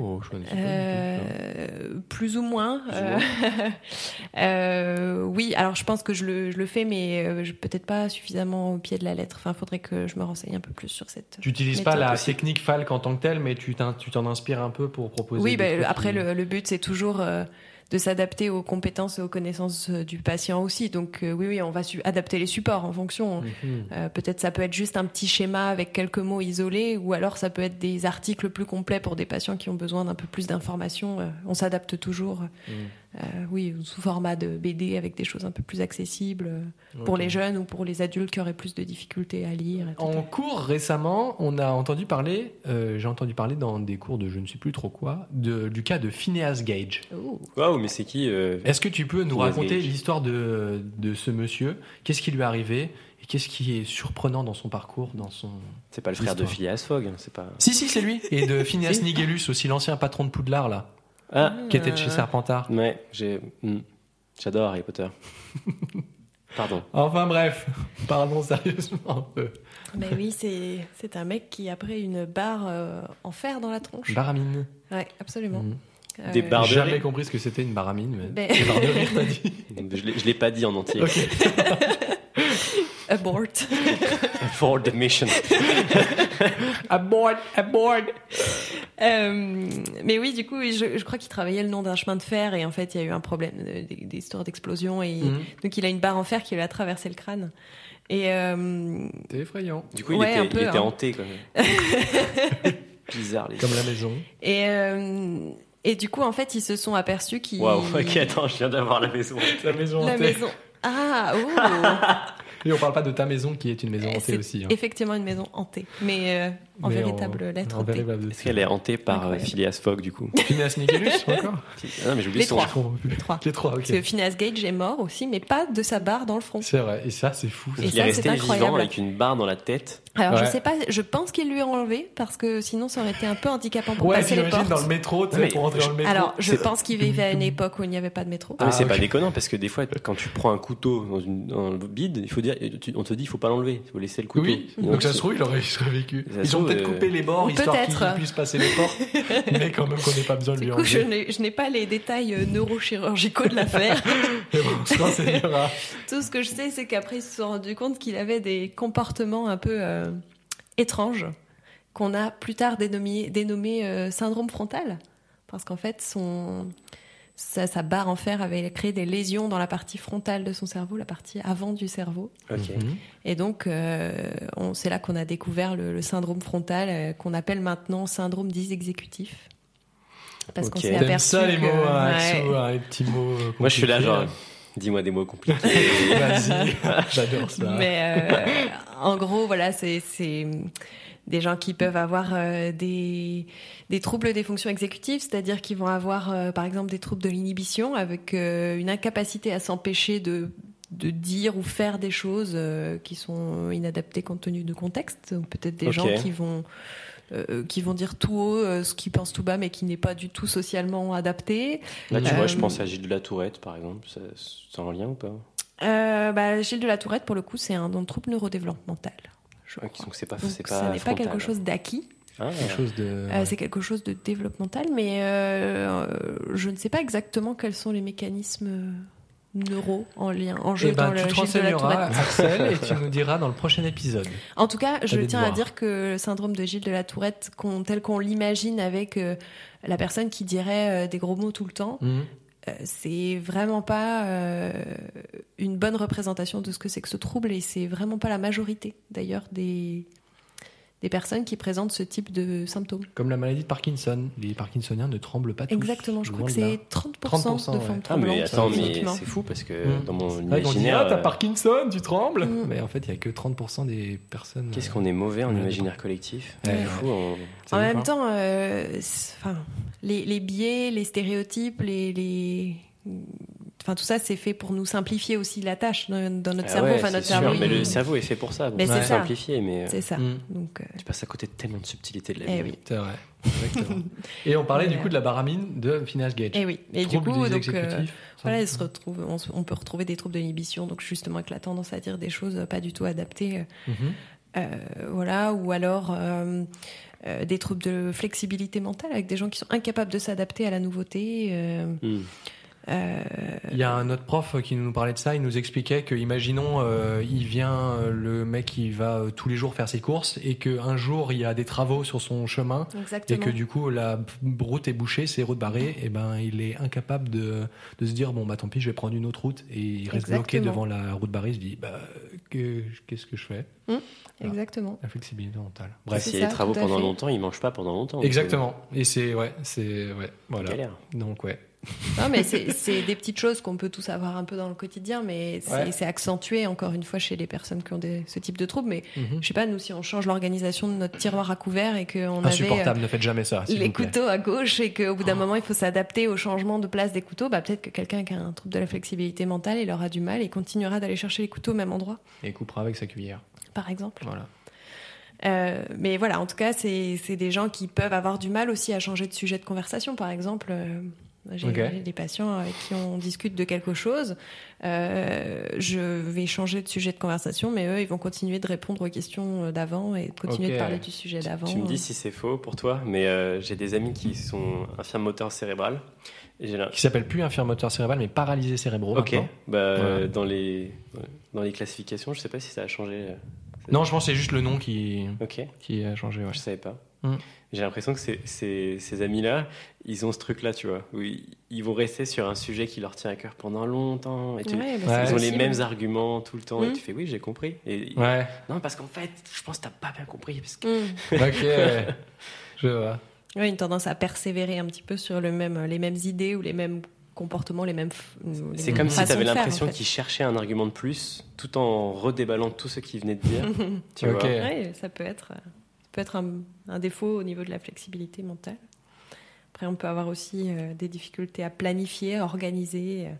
[SPEAKER 4] Oh, je connais
[SPEAKER 3] Euh, plus ou moins.
[SPEAKER 2] Plus ou
[SPEAKER 3] euh, euh, oui, alors je pense que je le, je le fais, mais euh, je- peut-être pas suffisamment au pied de la lettre. Enfin, faudrait que je me renseigne un peu plus sur cette.
[SPEAKER 4] Tu n'utilises pas
[SPEAKER 3] Méthode
[SPEAKER 4] la
[SPEAKER 2] aussi.
[SPEAKER 4] technique Falk en tant que telle, mais tu t'in- tu t'en inspires un peu pour proposer.
[SPEAKER 3] Oui,
[SPEAKER 4] des
[SPEAKER 3] bah,
[SPEAKER 4] trucs
[SPEAKER 3] après,
[SPEAKER 4] qui-
[SPEAKER 3] le, le but, c'est toujours euh, de s'adapter aux compétences et aux connaissances euh, du patient aussi. Donc, euh, oui, oui, on va su- adapter les supports en fonction.
[SPEAKER 4] Mhm.
[SPEAKER 3] Euh, peut-être ça peut être juste un petit schéma avec quelques mots isolés, ou alors ça peut être des articles plus complets pour des patients qui ont besoin d'un peu plus d'informations. Euh, on s'adapte toujours,
[SPEAKER 4] Mm.
[SPEAKER 3] Euh, oui, sous format de BD avec des choses un peu plus accessibles euh, pour
[SPEAKER 4] Ok.
[SPEAKER 3] les jeunes ou pour les adultes qui auraient plus de difficultés à lire. etc.
[SPEAKER 4] En cours récemment, on a entendu parler, euh, j'ai entendu parler dans des cours de je ne sais plus trop quoi, de, du cas de Phineas Gage.
[SPEAKER 3] Oh.
[SPEAKER 2] Waouh, mais c'est qui euh,
[SPEAKER 4] Est-ce que tu peux nous
[SPEAKER 2] Phineas
[SPEAKER 4] raconter
[SPEAKER 2] Gage.
[SPEAKER 4] l'histoire de, de ce monsieur Qu'est-ce qui lui est arrivé et qu'est-ce qui est surprenant dans son parcours, dans son
[SPEAKER 2] C'est pas le frère de
[SPEAKER 4] L'histoire.
[SPEAKER 2] Phileas Fogg, hein, c'est pas.
[SPEAKER 4] Si si, c'est lui. Et de Phineas
[SPEAKER 2] Si.
[SPEAKER 4] Nigellus, aussi l'ancien patron de Poudlard là,
[SPEAKER 2] Ah,
[SPEAKER 4] qui était de
[SPEAKER 3] Euh.
[SPEAKER 4] chez Serpentard.
[SPEAKER 2] ouais, j'ai. hmm, J'adore Harry Potter. Pardon.
[SPEAKER 4] Enfin bref, parlons sérieusement un peu.
[SPEAKER 3] Mais oui, c'est c'est un mec qui a pris une barre euh, en fer dans la tronche.
[SPEAKER 4] Baramine.
[SPEAKER 3] Ouais, absolument.
[SPEAKER 4] Mhm.
[SPEAKER 3] Euh,
[SPEAKER 2] Des barres. Barberie.
[SPEAKER 4] J'ai jamais compris ce que c'était une baramine, mais.
[SPEAKER 3] Ben-
[SPEAKER 4] C'est barre de rire, t'as dit.
[SPEAKER 2] Je l'ai- je l'ai pas dit en entier.
[SPEAKER 4] Ok.
[SPEAKER 3] Abort.
[SPEAKER 2] For the mission.
[SPEAKER 4] Aboard, aboard.
[SPEAKER 3] Euh, mais oui, du coup, je, je crois qu'il travaillait le nom d'un chemin de fer et en fait, il y a eu un problème, euh, des, des histoires d'explosion et
[SPEAKER 4] Mhm.
[SPEAKER 3] donc il a une barre en fer qui lui a traversé le crâne. Et euh,
[SPEAKER 4] C'est effrayant.
[SPEAKER 2] Du coup, il
[SPEAKER 3] Ouais,
[SPEAKER 2] était,
[SPEAKER 3] un peu,
[SPEAKER 2] il était
[SPEAKER 3] hein.
[SPEAKER 2] hanté quand même. Bizarre les
[SPEAKER 4] Comme la maison.
[SPEAKER 3] et euh, et du coup, en fait, ils se sont aperçus qu'ils
[SPEAKER 2] Waouh, ok, attends, je viens d'avoir la maison.
[SPEAKER 4] La maison
[SPEAKER 3] la
[SPEAKER 4] hantée.
[SPEAKER 3] maison. Ah, oh,
[SPEAKER 4] Et on parle pas de ta maison qui est une maison
[SPEAKER 3] Eh,
[SPEAKER 4] hantée
[SPEAKER 3] c'est
[SPEAKER 4] aussi. hein.
[SPEAKER 3] effectivement une maison hantée, mais euh, en
[SPEAKER 4] Mais
[SPEAKER 3] véritable lettre
[SPEAKER 4] En
[SPEAKER 3] hantée.
[SPEAKER 4] véritable
[SPEAKER 2] Est-ce qu'elle est hantée par euh,
[SPEAKER 3] Incroyable.
[SPEAKER 2] Phileas Fogg du coup
[SPEAKER 4] Phineas Nigellus encore
[SPEAKER 2] Ah Non, mais j'ai oublié
[SPEAKER 3] Les
[SPEAKER 2] son
[SPEAKER 3] trois.
[SPEAKER 2] nom.
[SPEAKER 4] Les
[SPEAKER 3] trois.
[SPEAKER 4] Les trois, ok.
[SPEAKER 3] Parce que Phineas Gage est mort aussi, mais pas de sa barre dans le front.
[SPEAKER 4] C'est vrai, et ça c'est fou. ça.
[SPEAKER 3] Et
[SPEAKER 2] Il
[SPEAKER 3] ça,
[SPEAKER 2] est
[SPEAKER 3] c'est
[SPEAKER 2] resté vivant
[SPEAKER 3] incroyable.
[SPEAKER 2] avec une barre dans la tête.
[SPEAKER 3] Alors
[SPEAKER 4] Ouais.
[SPEAKER 3] je sais pas, je pense qu'il lui a enlevé parce que sinon ça aurait été un peu handicapant pour
[SPEAKER 4] Ouais,
[SPEAKER 3] passer les
[SPEAKER 4] j'imagine
[SPEAKER 3] portes.
[SPEAKER 4] dans le métro, tu sais,
[SPEAKER 2] Mais
[SPEAKER 4] pour entrer dans le métro.
[SPEAKER 3] Alors, je
[SPEAKER 2] C'est-
[SPEAKER 3] pense qu'il vivait à une époque où il n'y avait pas de métro.
[SPEAKER 2] Non, mais
[SPEAKER 4] Ah,
[SPEAKER 2] c'est pas
[SPEAKER 4] ok.
[SPEAKER 2] déconnant parce que des fois, quand tu prends un couteau dans, une, dans le bide, il faut dire, tu- on te dit, il faut pas l'enlerer, il faut laisser le couteau.
[SPEAKER 4] Oui,
[SPEAKER 2] Sinon,
[SPEAKER 4] donc ça
[SPEAKER 2] c'est-
[SPEAKER 4] se trouve, il aurait il serait vécu.
[SPEAKER 2] Ça se
[SPEAKER 4] Ils ont
[SPEAKER 2] trouve,
[SPEAKER 4] peut-être
[SPEAKER 2] euh,
[SPEAKER 4] coupé les bords histoire
[SPEAKER 3] peut-être.
[SPEAKER 4] qu'il puisse passer les portes, mais quand même qu'on n'ait pas besoin de lui
[SPEAKER 3] Du coup, je
[SPEAKER 4] enlever.
[SPEAKER 3] n'ai je n'ai pas les détails euh, neurochirurgicaux de l'affaire.
[SPEAKER 4] Et bon, on se renseignera.
[SPEAKER 3] Tout ce que je sais, c'est qu'après, ils se sont rendus compte qu'il avait des comportements un peu euh, étranges, qu'on a plus tard dénommé, dénommé euh, syndrome frontal. Parce qu'en fait, son, sa, sa barre en fer avait créé des lésions dans la partie frontale de son cerveau, la partie avant du cerveau.
[SPEAKER 2] Ok.
[SPEAKER 4] Mhm.
[SPEAKER 3] Et donc, euh, on- c'est là qu'on a découvert le, le syndrome frontal, euh, qu'on appelle maintenant syndrome dysexécutif. Parce qu'on
[SPEAKER 2] Ok.
[SPEAKER 3] s'est
[SPEAKER 2] T'aimes
[SPEAKER 4] T'aimes
[SPEAKER 3] aperçu.
[SPEAKER 4] ça les
[SPEAKER 3] que-
[SPEAKER 4] mots, hein,
[SPEAKER 3] ouais.
[SPEAKER 4] Axo, hein, les petits mots. euh,
[SPEAKER 2] Moi, je suis là,
[SPEAKER 4] compliqués,
[SPEAKER 2] genre, euh,
[SPEAKER 4] là.
[SPEAKER 2] Dis-moi des mots compliqués.
[SPEAKER 4] Vas-y, j'adore ça.
[SPEAKER 3] Mais euh, en gros, voilà, c'est c'est des gens qui peuvent avoir euh, des, des troubles des fonctions exécutives, c'est-à-dire qu'ils vont avoir, euh, par exemple, des troubles de l'inhibition avec euh, une incapacité à s'empêcher de, de dire ou faire des choses euh, qui sont inadaptées compte tenu du contexte. Ou Peut-être des
[SPEAKER 2] Ok.
[SPEAKER 3] gens qui vont. euh, qui vont dire tout haut euh, ce qu'ils pensent tout bas mais qui n'est pas du tout socialement adapté.
[SPEAKER 2] Là, tu
[SPEAKER 3] Euh,
[SPEAKER 2] vois, je pense à Gilles de la Tourette, par exemple. Ça- C'est en lien ou pas
[SPEAKER 3] Euh, bah, Gilles de la Tourette, pour le coup, c'est un don- trouble neurodéveloppemental. je
[SPEAKER 2] Ok,
[SPEAKER 3] crois.
[SPEAKER 2] Ah, Donc, c'est pas,
[SPEAKER 3] Donc,
[SPEAKER 2] c'est
[SPEAKER 3] ça
[SPEAKER 2] pas
[SPEAKER 3] n'est pas quelque
[SPEAKER 2] frontal.
[SPEAKER 3] chose d'acquis.
[SPEAKER 2] Ah,
[SPEAKER 4] Quelque chose de.
[SPEAKER 3] Euh, C'est quelque chose de développemental, mais euh, euh, je ne sais pas exactement quels sont les mécanismes euh, neuro en lien, en jeu
[SPEAKER 4] Eh ben,
[SPEAKER 3] dans le
[SPEAKER 4] tu te
[SPEAKER 3] Gilles de la
[SPEAKER 4] renseigneras,
[SPEAKER 3] Tourette.
[SPEAKER 4] Axel, et tu nous diras dans le prochain épisode.
[SPEAKER 3] En tout cas, je
[SPEAKER 4] des
[SPEAKER 3] tiens à
[SPEAKER 4] devoirs.
[SPEAKER 3] dire que le syndrome de Gilles de la Tourette, qu'on- tel qu'on l'imagine avec euh, la personne qui dirait euh, des gros mots tout le temps,
[SPEAKER 4] Mhm.
[SPEAKER 3] euh, c'est vraiment pas euh, une bonne représentation de ce que c'est que ce trouble et c'est vraiment pas la majorité d'ailleurs des, des personnes qui présentent ce type de symptômes.
[SPEAKER 4] Comme la maladie de Parkinson. Les Parkinsoniens ne tremblent pas tous.
[SPEAKER 3] Exactement, je crois
[SPEAKER 4] loin de
[SPEAKER 3] que
[SPEAKER 4] là.
[SPEAKER 3] c'est 30%,
[SPEAKER 4] 30%,
[SPEAKER 3] de
[SPEAKER 4] ouais.
[SPEAKER 3] femmes
[SPEAKER 2] Ah, mais
[SPEAKER 3] tremblantes.
[SPEAKER 2] attends, mais
[SPEAKER 3] uniquement.
[SPEAKER 2] c'est fou parce que
[SPEAKER 4] Mm.
[SPEAKER 2] dans mon
[SPEAKER 4] Ouais, on dit, ah,
[SPEAKER 2] imaginaire.
[SPEAKER 4] t'as
[SPEAKER 2] euh,
[SPEAKER 4] Parkinson, tu trembles
[SPEAKER 3] Mm.
[SPEAKER 4] Mais en fait, il n'y a que 30% des personnes.
[SPEAKER 2] Qu'est-ce qu'on est mauvais en
[SPEAKER 4] Ouais,
[SPEAKER 2] imaginaire collectif
[SPEAKER 4] Ouais,
[SPEAKER 2] C'est
[SPEAKER 4] ouais.
[SPEAKER 2] fou, on-
[SPEAKER 4] Ça
[SPEAKER 3] En
[SPEAKER 4] vous
[SPEAKER 3] même
[SPEAKER 4] parle
[SPEAKER 3] temps, euh, c'est- enfin, les, les biais, les stéréotypes, les, les- enfin tout ça, c'est fait pour nous simplifier aussi la tâche dans, dans notre
[SPEAKER 2] Ah
[SPEAKER 3] cerveau.
[SPEAKER 2] ouais,
[SPEAKER 3] enfin,
[SPEAKER 2] c'est
[SPEAKER 3] notre
[SPEAKER 2] sûr,
[SPEAKER 3] cerveau,
[SPEAKER 2] mais
[SPEAKER 3] il-
[SPEAKER 2] le cerveau est fait pour ça, pour
[SPEAKER 3] Mais
[SPEAKER 2] tout
[SPEAKER 4] c'est ça.
[SPEAKER 2] simplifier, mais euh,
[SPEAKER 3] c'est ça.
[SPEAKER 4] Mm.
[SPEAKER 3] Donc, euh,
[SPEAKER 2] tu passes à côté de tellement de subtilités de la vie.
[SPEAKER 3] eh oui,
[SPEAKER 4] C'est vrai. Exactement. et on parlait du coup de la baramine de Finage Gage.
[SPEAKER 3] eh oui. Et du
[SPEAKER 4] Trouble
[SPEAKER 3] coup,
[SPEAKER 4] des
[SPEAKER 3] donc. euh,
[SPEAKER 4] exécutifs, ça-
[SPEAKER 3] Voilà, elle se retrouve, on, se- on peut retrouver des troubles de l'inhibition, donc justement avec la tendance à dire des choses euh, pas du tout adaptées,
[SPEAKER 4] Mhm.
[SPEAKER 3] euh, voilà, ou alors euh, euh, des troubles de flexibilité mentale avec des gens qui sont incapables de s'adapter à la nouveauté. euh,
[SPEAKER 2] Hmm.
[SPEAKER 3] euh,
[SPEAKER 4] Il y a un autre prof qui nous parlait de ça, il nous expliquait que, imaginons, euh, il vient, euh, le mec, il va euh, tous les jours faire ses courses et qu'un jour, il y a des travaux sur son chemin et
[SPEAKER 3] exactement.
[SPEAKER 4] que du coup, la b- route est bouchée, c'est route barrée, et ben il est incapable de, de se dire, bon, bah tant pis, je vais prendre une autre route et il reste bloqué
[SPEAKER 3] Exactement.
[SPEAKER 4] devant la route barrée, il se dit, bah, que- qu'est-ce que je fais
[SPEAKER 3] Exactement.
[SPEAKER 4] La flexibilité mentale.
[SPEAKER 2] Après,
[SPEAKER 4] Bref.
[SPEAKER 3] C'est
[SPEAKER 2] s'il y a
[SPEAKER 3] ça,
[SPEAKER 2] des travaux
[SPEAKER 3] tout à
[SPEAKER 2] pendant
[SPEAKER 3] fait.
[SPEAKER 2] longtemps, ils mangent pas pendant longtemps. donc,
[SPEAKER 4] Exactement. Et c'est, ouais, c'est, ouais,
[SPEAKER 2] euh,
[SPEAKER 4] voilà.
[SPEAKER 2] Galère.
[SPEAKER 4] Donc, ouais.
[SPEAKER 3] Non, mais c'est c'est des petites choses qu'on peut tous avoir un peu dans le quotidien, mais c'est
[SPEAKER 4] Ouais.
[SPEAKER 3] c'est accentué encore une fois chez les personnes qui ont des- ce type de troubles. Mais
[SPEAKER 4] Mhm.
[SPEAKER 3] je sais pas, nous, si on change l'organisation de notre tiroir à couvert et qu'on avait. euh,
[SPEAKER 4] Insupportable, ne faites jamais ça. s'il
[SPEAKER 3] les
[SPEAKER 4] vous plaît. Oh.
[SPEAKER 3] couteaux à gauche et qu'au bout d'un moment il faut s'adapter au changement de place des couteaux, bah, peut-être que quelqu'un qui a un trouble de la flexibilité mentale, il aura du mal et continuera d'aller chercher les couteaux au même endroit,
[SPEAKER 4] Et coupera avec sa cuillère.
[SPEAKER 3] par exemple.
[SPEAKER 4] Voilà.
[SPEAKER 3] Euh, mais voilà, en tout cas, c'est c'est des gens qui peuvent avoir du mal aussi à changer de sujet de conversation, par exemple. euh, J'ai
[SPEAKER 4] Ok.
[SPEAKER 3] j'ai des patients avec qui on discute de quelque chose. euh, je vais changer de sujet de conversation, mais eux, ils vont continuer de répondre aux questions euh, d'avant et de continuer
[SPEAKER 4] Ok.
[SPEAKER 3] de parler du sujet d'avant.
[SPEAKER 2] Tu me dis si c'est faux pour toi, mais euh, j'ai des amis qui sont infirmes moteurs cérébrales. Et j'ai l'un-
[SPEAKER 4] qui s'appelle plus infirme moteur cérébral, mais paralysé cérébraux.
[SPEAKER 2] Ok.
[SPEAKER 4] maintenant.
[SPEAKER 2] Bah, euh,
[SPEAKER 4] Voilà.
[SPEAKER 2] dans les dans les classifications, je sais pas si ça a changé. euh,
[SPEAKER 4] Non, je pense que c'est juste le nom qui,
[SPEAKER 2] Ok.
[SPEAKER 4] qui a changé. ouais.
[SPEAKER 2] Je savais pas.
[SPEAKER 4] Hmm.
[SPEAKER 2] J'ai l'impression que ces, ces- ces amis-là, ils ont ce truc-là, tu vois, où ils, ils vont rester sur un sujet qui leur tient à cœur pendant longtemps. Et tu-
[SPEAKER 3] Ouais, bah,
[SPEAKER 4] Ouais.
[SPEAKER 3] c'est
[SPEAKER 2] Ils ont les
[SPEAKER 3] possible.
[SPEAKER 2] mêmes arguments tout le temps. Et
[SPEAKER 3] Hmm.
[SPEAKER 2] tu fais, oui, j'ai compris. Et,
[SPEAKER 4] Ouais,
[SPEAKER 2] Non, parce qu'en fait, je pense que t'as pas bien compris. Parce que...
[SPEAKER 3] Mm.
[SPEAKER 4] ok. je vois.
[SPEAKER 3] Oui, une tendance à persévérer un petit peu sur le même, les mêmes idées ou les mêmes comportements, les mêmes. f- les
[SPEAKER 2] C'est
[SPEAKER 3] mêmes
[SPEAKER 2] comme si
[SPEAKER 3] façons
[SPEAKER 2] t'avais
[SPEAKER 3] de faire,
[SPEAKER 2] l'impression
[SPEAKER 3] en fait.
[SPEAKER 2] qu'ils cherchaient un argument de plus, tout en redéballant tout ce qu'ils venaient de dire. tu
[SPEAKER 4] Ok.
[SPEAKER 2] vois.
[SPEAKER 3] Ouais, ça peut être, euh, ça peut être un, un défaut au niveau de la flexibilité mentale. Après, on peut avoir aussi euh, des difficultés à planifier, à organiser euh,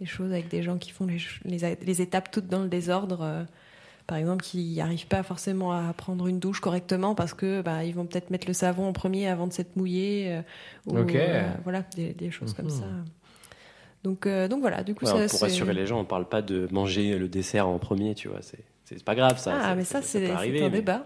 [SPEAKER 3] des choses avec des gens qui font les, ch- les, a- les étapes toutes dans le désordre. euh, par exemple, qui n'arrivent pas forcément à prendre une douche correctement parce que bah, ils vont peut-être mettre le savon en premier avant de s'être mouillés. euh, ou,
[SPEAKER 4] Ok.
[SPEAKER 3] euh, voilà, des, des choses comme
[SPEAKER 4] Mhm.
[SPEAKER 3] ça. Donc, euh, donc voilà, du coup,
[SPEAKER 2] Ouais,
[SPEAKER 3] ça,
[SPEAKER 2] pour
[SPEAKER 3] c'est-
[SPEAKER 2] rassurer les gens, on parle pas de manger le dessert en premier, tu vois. C'est, c'est pas grave, ça.
[SPEAKER 3] Ah, mais ça, c'est
[SPEAKER 2] peut
[SPEAKER 3] c'est un
[SPEAKER 2] arriver, mais-
[SPEAKER 3] débat.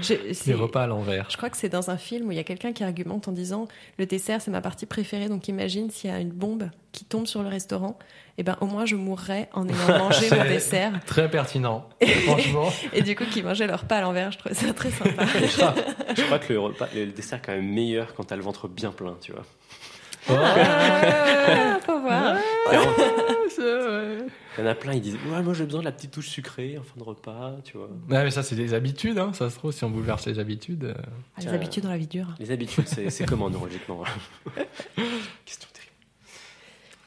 [SPEAKER 3] Je- c'est-
[SPEAKER 4] Les repas à l'envers.
[SPEAKER 3] Je crois que c'est dans un film où il y a quelqu'un qui argumente en disant le dessert c'est ma partie préférée donc imagine s'il y a une bombe qui tombe sur le restaurant et ben au moins je mourrais en ayant mangé mon
[SPEAKER 4] C'est-
[SPEAKER 3] dessert
[SPEAKER 4] Très pertinent. Franchement.
[SPEAKER 3] et du coup qui mangeait leur repas à l'envers je trouvais ça très sympa
[SPEAKER 2] Je crois que le, repas- le dessert est quand même meilleur quand t'as le ventre bien plein, tu vois.
[SPEAKER 3] Ah, faut voir
[SPEAKER 2] Il y en a plein, ils disent Ouais, moi j'ai besoin de la petite touche sucrée en fin de repas, tu vois.
[SPEAKER 4] Ouais, mais ça, c'est des habitudes. hein. Ça se trouve, si on bouleverse les habitudes. euh,
[SPEAKER 3] Ah, les habitudes dans la vie dure
[SPEAKER 2] hein. Les habitudes, c'est, c'est comment neurologiquement Question terrible.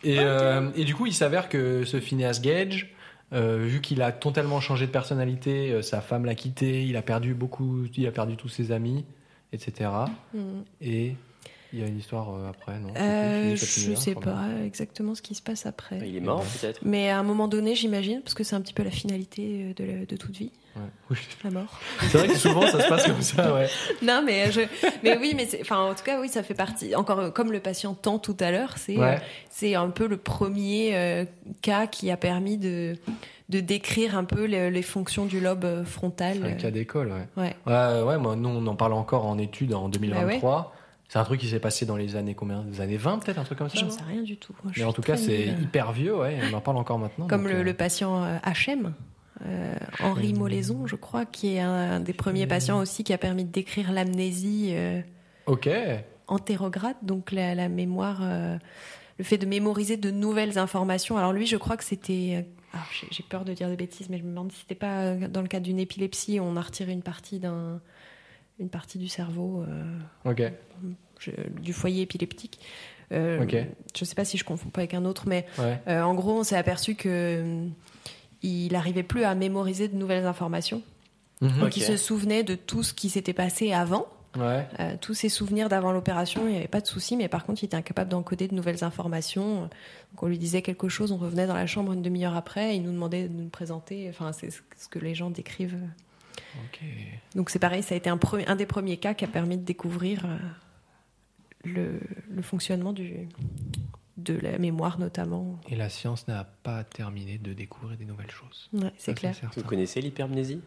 [SPEAKER 4] Et, euh, et du coup, il s'avère que ce Phineas Gage, euh, vu qu'il a totalement changé de personnalité, euh, sa femme l'a quitté, il a perdu beaucoup, il a perdu tous ses amis, etc.
[SPEAKER 3] Hmm.
[SPEAKER 4] Et il y a une histoire euh, après, non
[SPEAKER 3] Euh,
[SPEAKER 4] C'est tout, c'est
[SPEAKER 3] je
[SPEAKER 4] cette
[SPEAKER 3] sais
[SPEAKER 4] univers,
[SPEAKER 3] pas exactement ce qui se passe après.
[SPEAKER 2] Il est mort peut-être.
[SPEAKER 3] Mais à un moment donné, j'imagine, parce que c'est un petit peu la finalité euh, de, la- de toute vie,
[SPEAKER 4] quand même. Ouais.
[SPEAKER 3] la mort.
[SPEAKER 4] C'est vrai que souvent ça se passe comme ça, ouais.
[SPEAKER 3] non, mais euh, je, mais oui, mais c'est- enfin, en tout cas, oui, ça fait partie. Encore euh, comme le patient tant tout à l'heure, c'est euh,
[SPEAKER 4] ouais.
[SPEAKER 3] c'est un peu le premier euh, cas qui a permis de de décrire un peu les, les fonctions du lobe euh, frontal.
[SPEAKER 4] Un cas d'école, ouais.
[SPEAKER 3] Ouais. Bah
[SPEAKER 4] Ouais, ouais, moi, nous, on en parle encore en études en 2023. C'est un truc qui s'est passé dans les années combien Des années 20, peut-être, un truc comme ça
[SPEAKER 3] J'en
[SPEAKER 4] non
[SPEAKER 3] sais rien du tout. Moi, je
[SPEAKER 4] Mais en
[SPEAKER 3] suis
[SPEAKER 4] tout cas,
[SPEAKER 3] très
[SPEAKER 4] c'est
[SPEAKER 3] nulle.
[SPEAKER 4] hyper vieux, ouais. On en parle encore maintenant.
[SPEAKER 3] Comme
[SPEAKER 4] donc,
[SPEAKER 3] le,
[SPEAKER 4] euh,
[SPEAKER 3] le patient euh, HM, euh, Henri Molaison, je crois, qui est un des premiers patients aussi qui a permis de décrire l'amnésie euh,
[SPEAKER 4] Ok.
[SPEAKER 3] entérograde, donc la, la mémoire, euh, le fait de mémoriser de nouvelles informations. Alors lui, je crois que c'était. euh, alors, j'ai- J'ai peur de dire des bêtises, mais je me demande si c'était pas euh, dans le cas d'une épilepsie, on a retiré une partie d'un, une partie du cerveau euh,
[SPEAKER 4] Ok.
[SPEAKER 3] je- du foyer épileptique. Euh,
[SPEAKER 4] Ok.
[SPEAKER 3] Je sais pas si je confonds pas avec un autre, mais
[SPEAKER 4] Ouais.
[SPEAKER 3] euh, en gros, on s'est aperçu que euh, il n'arrivait plus à mémoriser de nouvelles informations.
[SPEAKER 4] Mhm.
[SPEAKER 3] Donc, il se souvenait de tout ce qui s'était passé avant,
[SPEAKER 4] Ouais.
[SPEAKER 3] euh, tous ses souvenirs d'avant l'opération, il n'y avait pas de souci, mais par contre, il était incapable d'encoder de nouvelles informations. Donc, on lui disait quelque chose, on revenait dans la chambre une demi-heure après, il nous demandait de nous présenter. Enfin, c'est ce ce que les gens décrivent.
[SPEAKER 4] Ok.
[SPEAKER 3] Donc, c'est pareil, ça a été un, premier- un des premiers cas qui a permis de découvrir euh, le, le fonctionnement du, de la mémoire, notamment.
[SPEAKER 4] Et la science n'a pas terminé de découvrir des nouvelles choses.
[SPEAKER 3] Ouais, c'est
[SPEAKER 4] Ça,
[SPEAKER 3] clair.
[SPEAKER 2] Vous
[SPEAKER 4] certain.
[SPEAKER 2] connaissez l'hypermnésie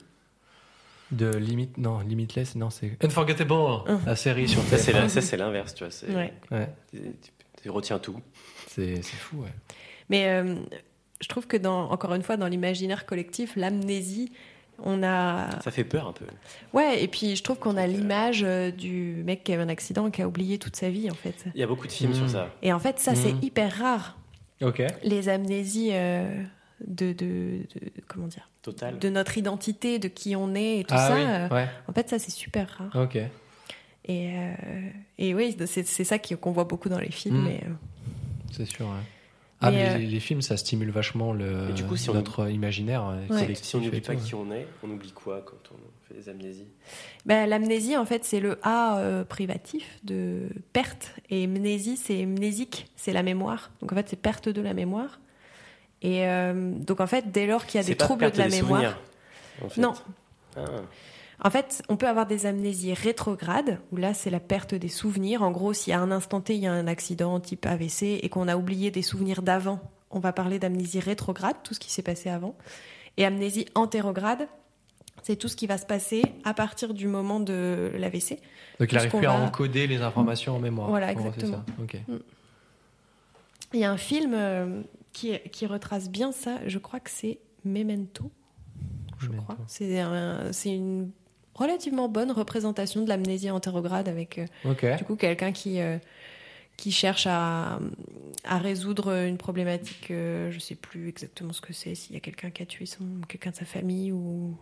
[SPEAKER 4] De limite, non, limitless, non, c'est Unforgettable,
[SPEAKER 3] Hum.
[SPEAKER 4] la série sur
[SPEAKER 2] Ça c'est
[SPEAKER 4] TF1.
[SPEAKER 2] la- ça, c'est l'inverse, tu vois. c'est-
[SPEAKER 3] Ouais.
[SPEAKER 4] Ouais.
[SPEAKER 2] Tu, tu retiens tout.
[SPEAKER 4] C'est c'est fou, ouais.
[SPEAKER 3] Mais euh, je trouve que, dans, encore une fois, dans l'imaginaire collectif, l'amnésie, on a.
[SPEAKER 2] Ça fait peur un peu.
[SPEAKER 3] Ouais, et puis je trouve qu'on a
[SPEAKER 2] Donc, euh,
[SPEAKER 3] l'image euh, du mec qui a eu un accident et qui a oublié toute sa vie, en fait.
[SPEAKER 2] Il y a beaucoup de films
[SPEAKER 4] Mm.
[SPEAKER 2] sur ça.
[SPEAKER 3] Et en fait, ça, c'est
[SPEAKER 4] Mhm.
[SPEAKER 3] hyper rare.
[SPEAKER 4] Ok.
[SPEAKER 3] Les amnésies euh, de, de, de- Comment dire
[SPEAKER 2] Total.
[SPEAKER 3] De notre identité, de qui on est et tout
[SPEAKER 4] Ah
[SPEAKER 3] ça.
[SPEAKER 4] oui,
[SPEAKER 3] euh,
[SPEAKER 4] ouais.
[SPEAKER 3] En fait, ça, c'est super rare.
[SPEAKER 4] Ok.
[SPEAKER 3] Et, euh, et oui, c'est c'est ça qui- qu'on voit beaucoup dans les films.
[SPEAKER 4] Mhm.
[SPEAKER 3] et, euh,
[SPEAKER 4] C'est sûr. ouais. Ah,
[SPEAKER 3] Mais,
[SPEAKER 4] mais
[SPEAKER 3] euh,
[SPEAKER 4] les, les films, ça stimule vachement le,
[SPEAKER 2] Et du coup, si on-
[SPEAKER 4] notre imaginaire. euh,
[SPEAKER 3] Ouais.
[SPEAKER 4] collectif
[SPEAKER 2] Si on n'oublie
[SPEAKER 4] et
[SPEAKER 2] pas
[SPEAKER 4] tout,
[SPEAKER 2] qui on est, on oublie quoi quand on fait des amnésies
[SPEAKER 3] Ben, L'amnésie, en fait, c'est le A euh, privatif de perte. Et mnésie, c'est mnésique, c'est la mémoire. Donc, en fait, c'est perte de la mémoire. Et euh, donc, en fait, dès lors qu'il y a
[SPEAKER 2] C'est
[SPEAKER 3] des
[SPEAKER 2] pas
[SPEAKER 3] troubles
[SPEAKER 2] perdre
[SPEAKER 3] de la
[SPEAKER 2] des
[SPEAKER 3] mémoire.
[SPEAKER 2] souvenirs, en fait.
[SPEAKER 3] Non.
[SPEAKER 2] Ah,
[SPEAKER 3] En fait, on peut avoir des amnésies rétrogrades, où là, c'est la perte des souvenirs. En gros, si à un instant T, il y a un accident type AVC et qu'on a oublié des souvenirs d'avant, on va parler d'amnésie rétrograde, tout ce qui s'est passé avant. Et amnésie antérograde, c'est tout ce qui va se pasasser à partir du moment de l'AVC.
[SPEAKER 4] Donc,
[SPEAKER 3] Tout
[SPEAKER 4] il
[SPEAKER 3] ce
[SPEAKER 4] arrive
[SPEAKER 3] qu'on
[SPEAKER 4] plus à
[SPEAKER 3] va-
[SPEAKER 4] encoder les informations en mémoire.
[SPEAKER 3] Voilà,
[SPEAKER 4] En gros, c'est
[SPEAKER 3] exactement.
[SPEAKER 4] ça. Ok.
[SPEAKER 3] Il y a un film euh, qui, qui retrace bien ça. Je crois que c'est Memento, je
[SPEAKER 4] Mais
[SPEAKER 3] crois.
[SPEAKER 4] attends.
[SPEAKER 3] C'est un- c'est une relativement bonne représentation de l'amnésie antérograde avec euh,
[SPEAKER 4] Ok.
[SPEAKER 3] du coup quelqu'un qui, euh, qui cherche à, à résoudre une problématique. euh, je sais plus exactement ce que c'est, s'il y a quelqu'un qui a tué son, quelqu'un de sa famille ou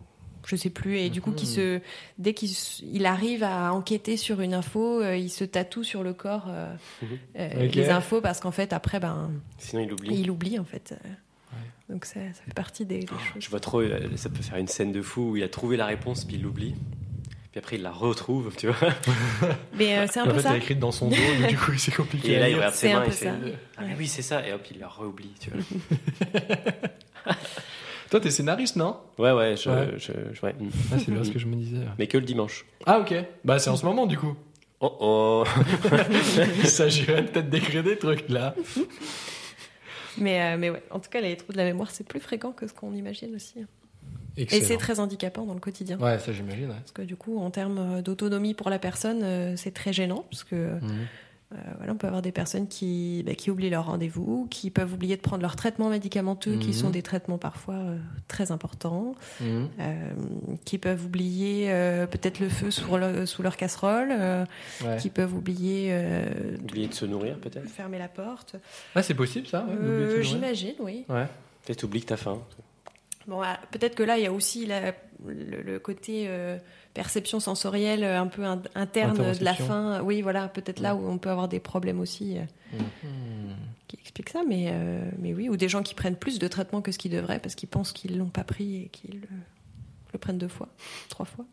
[SPEAKER 3] je sais plus. Et du coup,
[SPEAKER 4] Mhm.
[SPEAKER 3] qui se, dès qu'il s- il arrive à enquêter sur une info, euh, il se tatoue sur le corps euh,
[SPEAKER 2] Mhm.
[SPEAKER 3] euh,
[SPEAKER 4] Ok.
[SPEAKER 3] les infos parce qu'en fait, après, ben.
[SPEAKER 2] Sinon, il
[SPEAKER 3] Et
[SPEAKER 2] oublie.
[SPEAKER 3] il oublie en fait. Euh, Donc ça, ça fait partie des, des
[SPEAKER 4] Ah,
[SPEAKER 3] choses.
[SPEAKER 2] Je vois trop, euh, ça peut faire une scène de fou où il a trouvé la réponse, puis il l'oublie. Puis après, il la retrouve, tu vois.
[SPEAKER 3] Mais euh, c'est un
[SPEAKER 4] En
[SPEAKER 3] peu
[SPEAKER 4] fait,
[SPEAKER 3] ça.
[SPEAKER 4] elle est écrite dans son dos, donc du coup, c'est compliqué.
[SPEAKER 2] Et
[SPEAKER 4] à
[SPEAKER 2] là, il
[SPEAKER 4] lire.
[SPEAKER 2] regarde ses
[SPEAKER 3] C'est un
[SPEAKER 2] mains,
[SPEAKER 3] peu
[SPEAKER 2] il fait
[SPEAKER 3] ça.
[SPEAKER 2] Ah, mais oui, c'est ça. Et hop, il la reoublie, tu vois.
[SPEAKER 4] Toi, t'es scénariste, non
[SPEAKER 2] Ouais, ouais, je.
[SPEAKER 4] Ouais.
[SPEAKER 2] je- je- ouais. Mm.
[SPEAKER 4] ah, C'est bien ce que je me disais.
[SPEAKER 2] Mais que le dimanche.
[SPEAKER 4] Ah, ok. Bah, c'est en ce moment, du coup.
[SPEAKER 2] Oh oh
[SPEAKER 4] il s'agirait peut-être d'écrire des trucs, là.
[SPEAKER 3] Mais, euh, mais ouais, en tout cas, les trous de la mémoire, c'est plus fréquent que ce qu'on imagine aussi. Et c'est
[SPEAKER 4] Excellent.
[SPEAKER 3] très handicapant dans le quotidien.
[SPEAKER 4] Ouais, ça, j'imagine. ouais.
[SPEAKER 3] Parce que du coup, en termes euh, d'autonomie pour la personne, euh, c'est très gênant. Parce que euh,
[SPEAKER 4] Mhm.
[SPEAKER 3] voilà, on peut avoir des personnes qui, bah, qui oublient leur rendez-vous, qui peuvent oublier de prendre leurs traitements médicamenteux,
[SPEAKER 4] Mhm.
[SPEAKER 3] qui sont des traitements parfois euh, très importants,
[SPEAKER 4] Mhm.
[SPEAKER 3] euh, qui peuvent oublier euh, peut-être le feu sous, le- sous leur casserole, euh,
[SPEAKER 4] Ouais.
[SPEAKER 3] qui peuvent oublier euh,
[SPEAKER 2] Oublier de se nourrir, peut-être.
[SPEAKER 3] fermer la porte.
[SPEAKER 4] Ah, c'est possible, ça ouais,
[SPEAKER 3] Euh,
[SPEAKER 4] d'oublier de se nourrir
[SPEAKER 3] J'imagine, oui.
[SPEAKER 4] Ouais.
[SPEAKER 2] Peut-être oublie que t'as faim.
[SPEAKER 3] Bon, ah, peut-être que là, il y a aussi la- le, le côté euh, perception sensorielle euh, un peu in- interne de la
[SPEAKER 4] Interoception.
[SPEAKER 3] faim. Oui, voilà, peut-être là où on peut avoir des problèmes aussi. euh.
[SPEAKER 4] Mhm.
[SPEAKER 3] qui explique ça, mais, euh, mais oui, ou des gens qui prennent plus de traitements que ce qu'ils devraient parce qu'ils pensent qu'ils l'ont pas pris et qu'ils le, le prennent deux fois, trois fois.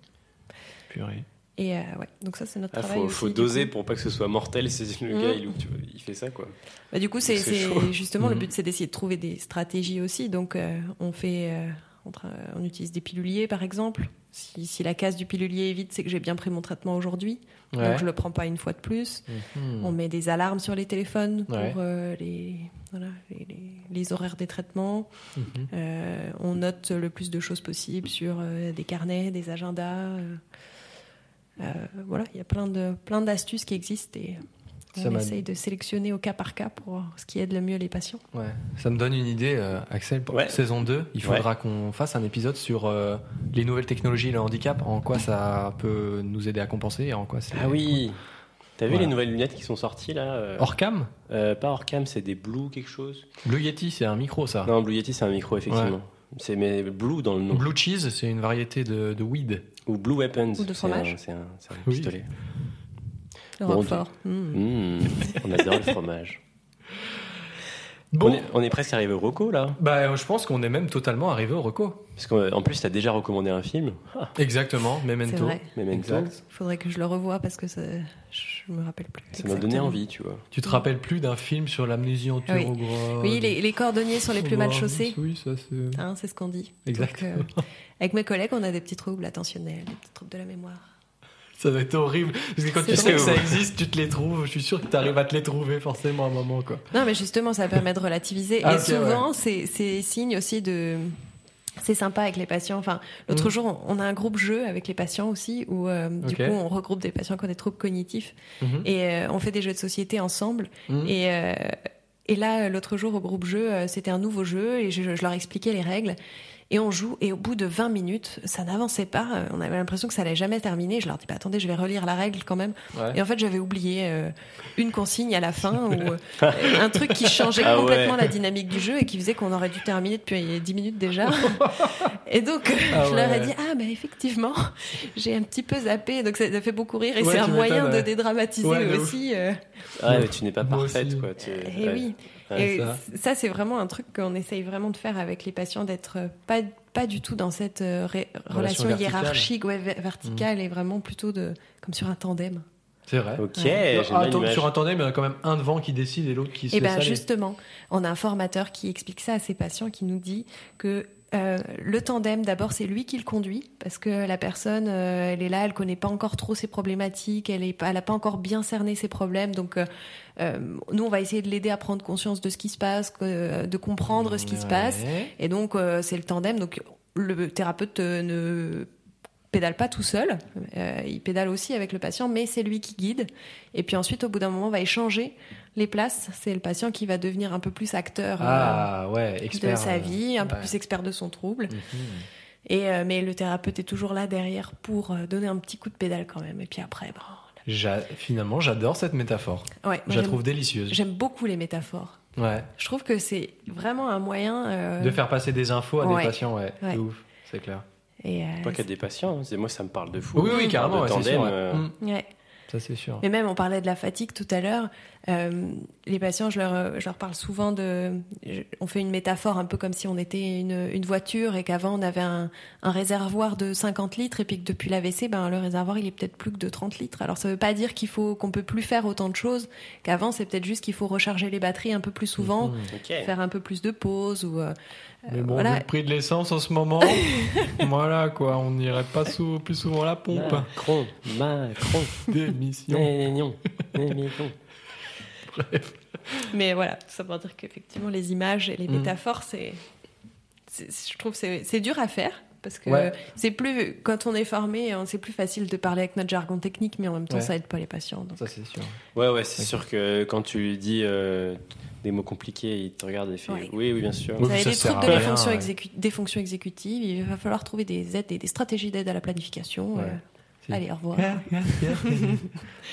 [SPEAKER 4] Purée.
[SPEAKER 3] Et euh, ouais, donc ça c'est notre
[SPEAKER 2] Ah,
[SPEAKER 3] travail.
[SPEAKER 2] faut,
[SPEAKER 3] aussi,
[SPEAKER 2] faut
[SPEAKER 3] du
[SPEAKER 2] doser
[SPEAKER 3] coup.
[SPEAKER 2] pour pas que ce soit mortel si le
[SPEAKER 3] Mhm.
[SPEAKER 2] gars il, tu vois, il fait ça quoi.
[SPEAKER 3] Bah, du coup, c'est
[SPEAKER 2] c'est
[SPEAKER 3] c'est-
[SPEAKER 2] chaud. Mm.
[SPEAKER 3] justement le
[SPEAKER 4] Mhm.
[SPEAKER 3] but, c'est d'essayer de trouver des stratégies aussi. Donc euh, on fait, euh, on, tra- on utilise des piluliers par exemple. Si, si la case du pilulier est vide, c'est que j'ai bien pris mon traitement aujourd'hui, donc je le prends pas une fois de plus.
[SPEAKER 4] Mmh.
[SPEAKER 2] Mm.
[SPEAKER 3] On met des alarmes sur les téléphones pour
[SPEAKER 4] Ouais.
[SPEAKER 3] euh, les, voilà, les, les- les horaires des traitements.
[SPEAKER 4] Mmh.
[SPEAKER 3] Euh, on note le plus de choses possible sur euh, des carnets, des agendas. euh. Euh, voilà, il y a plein de plein d'astuces qui existent et
[SPEAKER 4] Ça
[SPEAKER 3] on
[SPEAKER 4] m'a-
[SPEAKER 3] essaye de sélectionner au cas par cas pour voir ce qui aide le mieux les patients.
[SPEAKER 4] Ouais. Ça me donne une idée, euh, Axel, pour
[SPEAKER 2] Ouais.
[SPEAKER 4] saison 2. Il faudra qu'on fasse un épisode sur euh, les nouvelles technologies et le handicap, en quoi ça peut nous aider à compenser et en quoi c'est.
[SPEAKER 2] Ah oui. T'as vu
[SPEAKER 4] Voilà.
[SPEAKER 2] les nouvelles lunettes qui sont sorties là euh,
[SPEAKER 4] Orcam
[SPEAKER 2] euh, Pas Orcam, c'est des Blue quelque chose.
[SPEAKER 4] Blue Yeti, c'est un micro ça.
[SPEAKER 2] Non, Blue Yeti c'est un micro effectivement. C'est mais Blue dans le nom.
[SPEAKER 4] Ah. Blue Cheese, c'est une variété de, de weed.
[SPEAKER 2] Ou Blue Weapons.
[SPEAKER 3] Ou de
[SPEAKER 2] c'est
[SPEAKER 3] fromage.
[SPEAKER 2] un- C'est un, c'est un
[SPEAKER 4] Oui.
[SPEAKER 2] pistolet.
[SPEAKER 3] Le
[SPEAKER 2] Bon,
[SPEAKER 3] Roquefort. Mmh.
[SPEAKER 2] Mmh, on adore le fromage.
[SPEAKER 4] Bon.
[SPEAKER 2] On, est, on est presque arrivé au Rocco là.
[SPEAKER 4] Bah, euh, je pense qu'on est même totalement arrivé au reco.
[SPEAKER 2] Parce qu'en en plus, t'as déjà recommandé un film. Ah,
[SPEAKER 4] Exactement,
[SPEAKER 3] C'est
[SPEAKER 4] Memento.
[SPEAKER 3] vrai.
[SPEAKER 2] Memento.
[SPEAKER 4] Exact.
[SPEAKER 3] Faudrait que je le revoie parce que ça, je me rappelle plus.
[SPEAKER 2] Ça m'a donné
[SPEAKER 3] exactement.
[SPEAKER 2] envie, tu vois.
[SPEAKER 4] Tu te rappelles plus d'un film sur l'amnésie anterograde
[SPEAKER 3] Oui, les, les cordonniers sont les plus mal chaussés.
[SPEAKER 4] Oui, ça c'est.
[SPEAKER 3] Hein, c'est ce qu'on dit.
[SPEAKER 4] Exact.
[SPEAKER 3] Donc, euh, avec mes collègues, on a des petits troubles attentionnels, des petits troubles de la mémoire.
[SPEAKER 4] Ça doit être horrible. Parce que quand
[SPEAKER 3] C'est
[SPEAKER 4] tu sais que
[SPEAKER 2] drôle.
[SPEAKER 4] ça existe, tu te les trouves. Je suis sûr que tu arrives à te les trouver forcément à un moment. Quoi.
[SPEAKER 3] Non, mais justement, ça permet de relativiser.
[SPEAKER 4] Ah,
[SPEAKER 3] et
[SPEAKER 4] ok,
[SPEAKER 3] souvent, c'est c'est signe aussi de. C'est sympa avec les patients. Enfin, l'autre
[SPEAKER 4] Mhm.
[SPEAKER 3] jour, on- on a un groupe jeu avec les patients aussi, où euh, du
[SPEAKER 4] Ok.
[SPEAKER 3] coup, on regroupe des patients qui ont des troubles cognitifs et euh, on fait des jeux de société ensemble.
[SPEAKER 4] Mhm.
[SPEAKER 3] Et, euh, et là, euh, l'autre jour, au groupe jeu, euh, c'était un nouveau jeu et je, je leur expliquais les règles. Et on joue, et au bout de 20 minutes, ça n'avançait pas. Euh, On avait l'impression que ça allait jamais terminer. Je leur dis, bah, attendez, je vais relire la règle quand même.
[SPEAKER 4] Ouais.
[SPEAKER 3] Et en fait, j'avais oublié euh, une consigne à la fin, ou euh, un truc qui changeait
[SPEAKER 2] Ah ouais.
[SPEAKER 3] complètement la dynamique du jeu et qui faisait qu'on aurait dû terminer depuis 10 minutes déjà. et donc, euh,
[SPEAKER 4] Ah
[SPEAKER 3] je leur ai
[SPEAKER 4] ouais.
[SPEAKER 3] dit, ah, bah, effectivement, j'ai un petit peu zappé. Donc, ça, ça fait beaucoup rire et
[SPEAKER 4] Ouais,
[SPEAKER 3] c'est un
[SPEAKER 4] tu
[SPEAKER 3] moyen
[SPEAKER 4] m'étonnes,
[SPEAKER 3] de
[SPEAKER 4] ouais.
[SPEAKER 3] dédramatiser
[SPEAKER 4] Ouais, de ouf.
[SPEAKER 3] aussi. euh,
[SPEAKER 2] Ah, mais tu n'es pas
[SPEAKER 4] Moi
[SPEAKER 2] parfaite,
[SPEAKER 4] aussi.
[SPEAKER 2] quoi. tu-
[SPEAKER 3] et
[SPEAKER 2] ouais.
[SPEAKER 3] Eh oui,
[SPEAKER 4] Ouais,
[SPEAKER 3] et
[SPEAKER 4] ça.
[SPEAKER 3] ça c'est vraiment un truc qu'on essaye vraiment de faire avec les patients, d'être euh, pas, pas du tout dans cette euh, ré-
[SPEAKER 4] Relation
[SPEAKER 3] relation,
[SPEAKER 4] verticale. Mmh.
[SPEAKER 3] hiérarchique, ouais, ver- verticale, et vraiment plutôt de, comme sur un tandem.
[SPEAKER 4] C'est vrai.
[SPEAKER 2] Ok,
[SPEAKER 4] Ah,
[SPEAKER 2] j'aime bien
[SPEAKER 4] attends,
[SPEAKER 2] l'image.
[SPEAKER 4] sur un tandem, il y en a quand même un devant qui décide et l'autre qui se
[SPEAKER 3] Et
[SPEAKER 4] fait
[SPEAKER 3] bien
[SPEAKER 4] saler.
[SPEAKER 3] Eh ben, justement, on a un formateur qui explique ça à ses patients, qui nous dit que euh, le tandem, d'abord, c'est lui qui le conduit, parce que la personne, euh, elle est là, elle connaît pas encore trop ses problématiques, elle n'a pas, elle a pas encore bien cerné ses problèmes, donc euh, euh, nous, on va essayer de l'aider à prendre conscience de ce qui se passe, que- euh, de comprendre ce qui se
[SPEAKER 4] Ouais.
[SPEAKER 3] passe, et donc, euh, c'est le tandem. Donc, le thérapeute euh, ne pédale pas tout seul. Euh, il pédale aussi avec le patient, mais c'est lui qui guide. Et puis ensuite, au bout d'un moment, on va échanger les places. C'est le patient qui va devenir un peu plus acteur euh,
[SPEAKER 4] Ah ouais, expert.
[SPEAKER 3] de sa vie, un peu
[SPEAKER 4] ouais.
[SPEAKER 3] plus expert de son trouble.
[SPEAKER 4] Mhm.
[SPEAKER 3] Et, euh, mais le thérapeute est toujours là derrière pour euh, donner un petit coup de pédale quand même. Et puis après, bon,
[SPEAKER 4] J'a- Finalement, j'adore cette métaphore.
[SPEAKER 3] ouais, moi,
[SPEAKER 4] Je la
[SPEAKER 3] j'aime-
[SPEAKER 4] trouve délicieuse.
[SPEAKER 3] j'aime beaucoup les métaphores.
[SPEAKER 4] Ouais.
[SPEAKER 3] Je trouve que c'est vraiment un moyen. euh,
[SPEAKER 4] De faire passer des infos à
[SPEAKER 3] ouais.
[SPEAKER 4] des patients, ouais.
[SPEAKER 3] Ouais.
[SPEAKER 4] C'est ouf, c'est clair.
[SPEAKER 3] et, euh,
[SPEAKER 2] Pas qu'à des patients, hein, c'est- moi ça me parle de fou.
[SPEAKER 4] Oui, oui, carrément,
[SPEAKER 2] De
[SPEAKER 4] ouais, c'est
[SPEAKER 2] tandem,
[SPEAKER 4] sûr. ouais.
[SPEAKER 2] euh,
[SPEAKER 4] Mhm.
[SPEAKER 3] ouais.
[SPEAKER 4] Ça, c'est sûr.
[SPEAKER 3] Mais même, on parlait de la fatigue tout à l'heure. Euh, les patients, je leur, je leur parle souvent de. je- on fait une métaphore un peu comme si on était une, une voiture et qu'avant on avait un, un réservoir de 50 litres et puis que depuis l'AVC, ben, le réservoir il est peut-être plus que de 30 litres. Alors ça veut pas dire qu'il faut qu'on peut plus faire autant de choses qu'avant. C'est peut-être juste qu'il faut recharger les batteries un peu plus souvent,
[SPEAKER 4] Mhm.
[SPEAKER 2] Ok.
[SPEAKER 3] faire un peu plus de pauses ou. euh,
[SPEAKER 4] Mais bon,
[SPEAKER 3] voilà.
[SPEAKER 4] vu le prix de l'essence en ce moment, voilà quoi, on n'irait pas sou- plus souvent à la pompe.
[SPEAKER 2] Macron, Macron,
[SPEAKER 4] Démission.
[SPEAKER 2] Mignon, Mignon.
[SPEAKER 3] Mais voilà, tout ça pour dire qu'effectivement, les images et les
[SPEAKER 4] Mhm.
[SPEAKER 3] métaphores, c'est, c'est- je trouve que c'est c'est dur à faire. Parce que
[SPEAKER 4] Ouais.
[SPEAKER 3] c'est plus, quand on est formé, hein, c'est plus facile de parler avec notre jargon technique, mais en même temps,
[SPEAKER 4] Ouais.
[SPEAKER 3] ça aide pas les patients. donc.
[SPEAKER 4] Ça, c'est sûr.
[SPEAKER 2] Ouais, ouais, c'est
[SPEAKER 4] Ok.
[SPEAKER 2] sûr que quand tu lui dis euh, des mots compliqués, il te regarde et fait
[SPEAKER 3] Ouais.
[SPEAKER 2] oui, oui, bien sûr.
[SPEAKER 4] Oui.
[SPEAKER 3] Vous avez
[SPEAKER 4] ça
[SPEAKER 3] des
[SPEAKER 4] sert
[SPEAKER 3] trucs
[SPEAKER 4] à
[SPEAKER 3] de la
[SPEAKER 4] rien,
[SPEAKER 3] fonction
[SPEAKER 4] ouais.
[SPEAKER 3] exécu- des fonctions exécutives, il va falloir trouver des aides, des, des stratégies d'aide à la planification.
[SPEAKER 4] Ouais.
[SPEAKER 3] euh,
[SPEAKER 4] Si.
[SPEAKER 3] Allez, au revoir.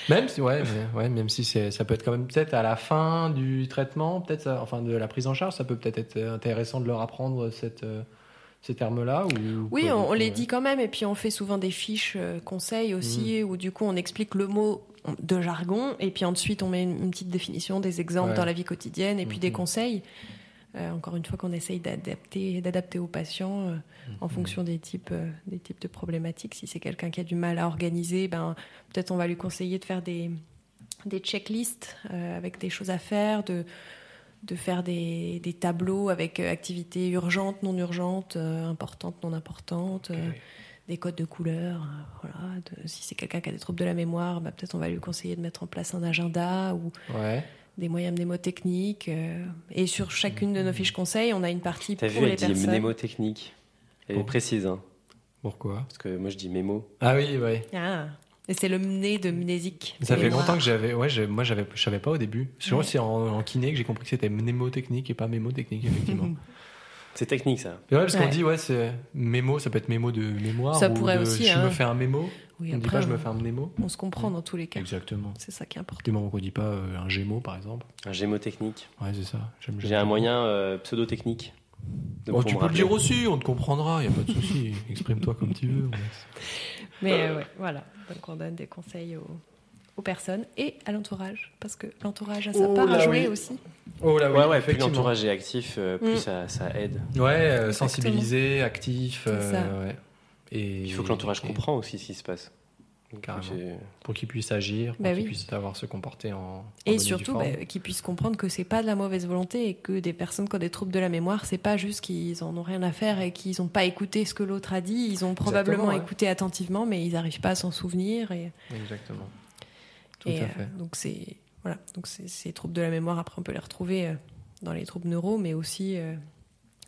[SPEAKER 4] même si, ouais, mais- ouais, même si c'est, ça peut être quand même peut-être à la fin du traitement, peut-être, ça- enfin de la prise en charge, ça peut peut-être être intéressant de leur apprendre cette, euh, ces termes-là ou euh,
[SPEAKER 3] Oui,
[SPEAKER 4] pas du
[SPEAKER 3] on, on
[SPEAKER 4] tout,
[SPEAKER 3] les
[SPEAKER 4] ouais.
[SPEAKER 3] dit quand même, et puis on fait souvent des fiches euh, conseils
[SPEAKER 4] Hmm.
[SPEAKER 3] aussi, où du coup on explique le mot de jargon, et puis ensuite on met une, une petite définition, des exemples
[SPEAKER 4] Ouais.
[SPEAKER 3] dans la vie quotidienne, et puis des
[SPEAKER 4] Mhm.
[SPEAKER 3] conseils. Euh, encore une fois qu'on essaye d'adapter, d'adapter aux patients euh, en
[SPEAKER 4] Hmm.
[SPEAKER 3] fonction des types, euh, des types de problématiques. Si c'est quelqu'un qui a du mal à organiser, ben peut-être on va lui conseiller de faire des des checklists euh, avec des choses à faire, de de faire des, des tableaux avec euh, activités urgentes, non urgentes, euh, importantes, non importantes, euh, des codes de couleurs. euh, voilà. De- si c'est quelqu'un qui a des troubles de la mémoire, bah, peut-être on va lui conseiller de mettre en place un agenda ou
[SPEAKER 4] Ouais.
[SPEAKER 3] des moyens mnémotechniques. euh, et sur chacune de nos fiches conseils, on a une partie
[SPEAKER 2] Mhm. T'as
[SPEAKER 3] pour
[SPEAKER 2] vu,
[SPEAKER 3] les
[SPEAKER 2] elle dit
[SPEAKER 3] personnes.
[SPEAKER 2] mnémotechnique. Elle est
[SPEAKER 4] Oh.
[SPEAKER 2] précise, hein,
[SPEAKER 4] Pourquoi
[SPEAKER 2] parce que moi je dis mémo.
[SPEAKER 4] Ah oui, ouais.
[SPEAKER 3] Ah, et c'est le mné de mnésique.
[SPEAKER 4] Ça fait
[SPEAKER 3] Mémoire.
[SPEAKER 4] longtemps que j'avais. Ouais, j'ai- moi, j'avais, je savais pas au début. Je crois que c'est en, en kiné que j'ai compris que c'était mnémotechnique et pas mémotechnique, effectivement.
[SPEAKER 2] C'est technique ça.
[SPEAKER 4] Et ouais, parce qu'on
[SPEAKER 3] Ouais.
[SPEAKER 4] dit, ouais, c'est mémo, ça peut être mémo de mémoire.
[SPEAKER 3] Ça
[SPEAKER 4] ou
[SPEAKER 3] pourrait
[SPEAKER 4] de
[SPEAKER 3] aussi,
[SPEAKER 4] Je
[SPEAKER 3] hein.
[SPEAKER 4] me fais un mémo.
[SPEAKER 3] Oui,
[SPEAKER 4] on dit
[SPEAKER 3] après,
[SPEAKER 4] pas, je me
[SPEAKER 3] on-
[SPEAKER 4] fais un mnémo.
[SPEAKER 3] on se comprend dans tous les cas.
[SPEAKER 4] Exactement.
[SPEAKER 3] C'est ça qui est important.
[SPEAKER 4] Du moment qu'on dit pas euh, un gémeau, par exemple.
[SPEAKER 2] Un gémotechnique.
[SPEAKER 4] Ouais, c'est ça. J'aime-
[SPEAKER 2] J'ai
[SPEAKER 4] j'aime
[SPEAKER 2] un
[SPEAKER 4] ça.
[SPEAKER 2] moyen euh, pseudo-technique. de-
[SPEAKER 4] Oh,
[SPEAKER 2] pour
[SPEAKER 4] tu
[SPEAKER 2] me
[SPEAKER 4] peux le
[SPEAKER 2] rappeler.
[SPEAKER 4] dire aussi, on te comprendra, il a pas de souci. Exprime-toi comme tu veux.
[SPEAKER 3] Mais euh, ouais, voilà, donc on donne des conseils aux, aux personnes et à l'entourage, parce que l'entourage a sa
[SPEAKER 4] Oh
[SPEAKER 3] part à
[SPEAKER 4] là
[SPEAKER 3] jouer
[SPEAKER 4] oui.
[SPEAKER 3] aussi.
[SPEAKER 4] Oh là
[SPEAKER 2] Ouais, ouais, plus l'entourage est actif, euh, plus
[SPEAKER 3] Mm.
[SPEAKER 2] ça, ça aide.
[SPEAKER 4] Ouais, euh, sensibilisé, actif.
[SPEAKER 3] C'est
[SPEAKER 4] euh,
[SPEAKER 3] ça.
[SPEAKER 4] ouais. Et,
[SPEAKER 2] Il faut que l'entourage
[SPEAKER 4] et-
[SPEAKER 2] comprend aussi ce qui se passe. Donc,
[SPEAKER 4] Carrément.
[SPEAKER 2] c'est-
[SPEAKER 4] Pour qu'il puisse agir, pour
[SPEAKER 3] Bah
[SPEAKER 4] qu'il
[SPEAKER 3] oui.
[SPEAKER 4] puisse savoir se comporter en. en bonne
[SPEAKER 3] Et
[SPEAKER 4] due
[SPEAKER 3] surtout,
[SPEAKER 4] forme.
[SPEAKER 3] bah, qu'ils puissent comprendre que c'est pas de la mauvaise volonté et que des personnes qui ont des troubles de la mémoire, c'est pas juste qu'ils en ont rien à faire et qu'ils ont pas écouté ce que l'autre a dit. Ils ont probablement
[SPEAKER 4] ouais.
[SPEAKER 3] écouté attentivement, mais ils n'arrivent pas à s'en souvenir. Et,
[SPEAKER 4] Exactement. Tout
[SPEAKER 3] et,
[SPEAKER 4] à
[SPEAKER 3] euh,
[SPEAKER 4] fait.
[SPEAKER 3] donc c'est voilà, donc c'est- ces troubles de la mémoire. Après, on peut les retrouver euh, dans les troubles neuro, mais aussi euh,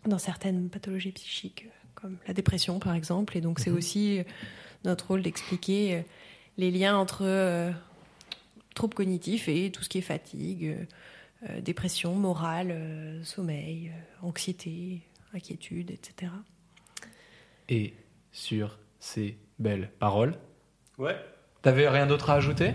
[SPEAKER 3] dans certaines pathologies psychiques, euh, comme la dépression par exemple. Et donc
[SPEAKER 4] Mhm.
[SPEAKER 3] c'est aussi euh, notre rôle d'expliquer euh, les liens entre euh, troubles cognitifs et tout ce qui est fatigue, euh, euh, dépression morale, euh, sommeil, euh, anxiété, inquiétude, etc.
[SPEAKER 4] Et sur ces belles paroles,
[SPEAKER 2] Ouais.
[SPEAKER 4] t'avais rien d'autre à ajouter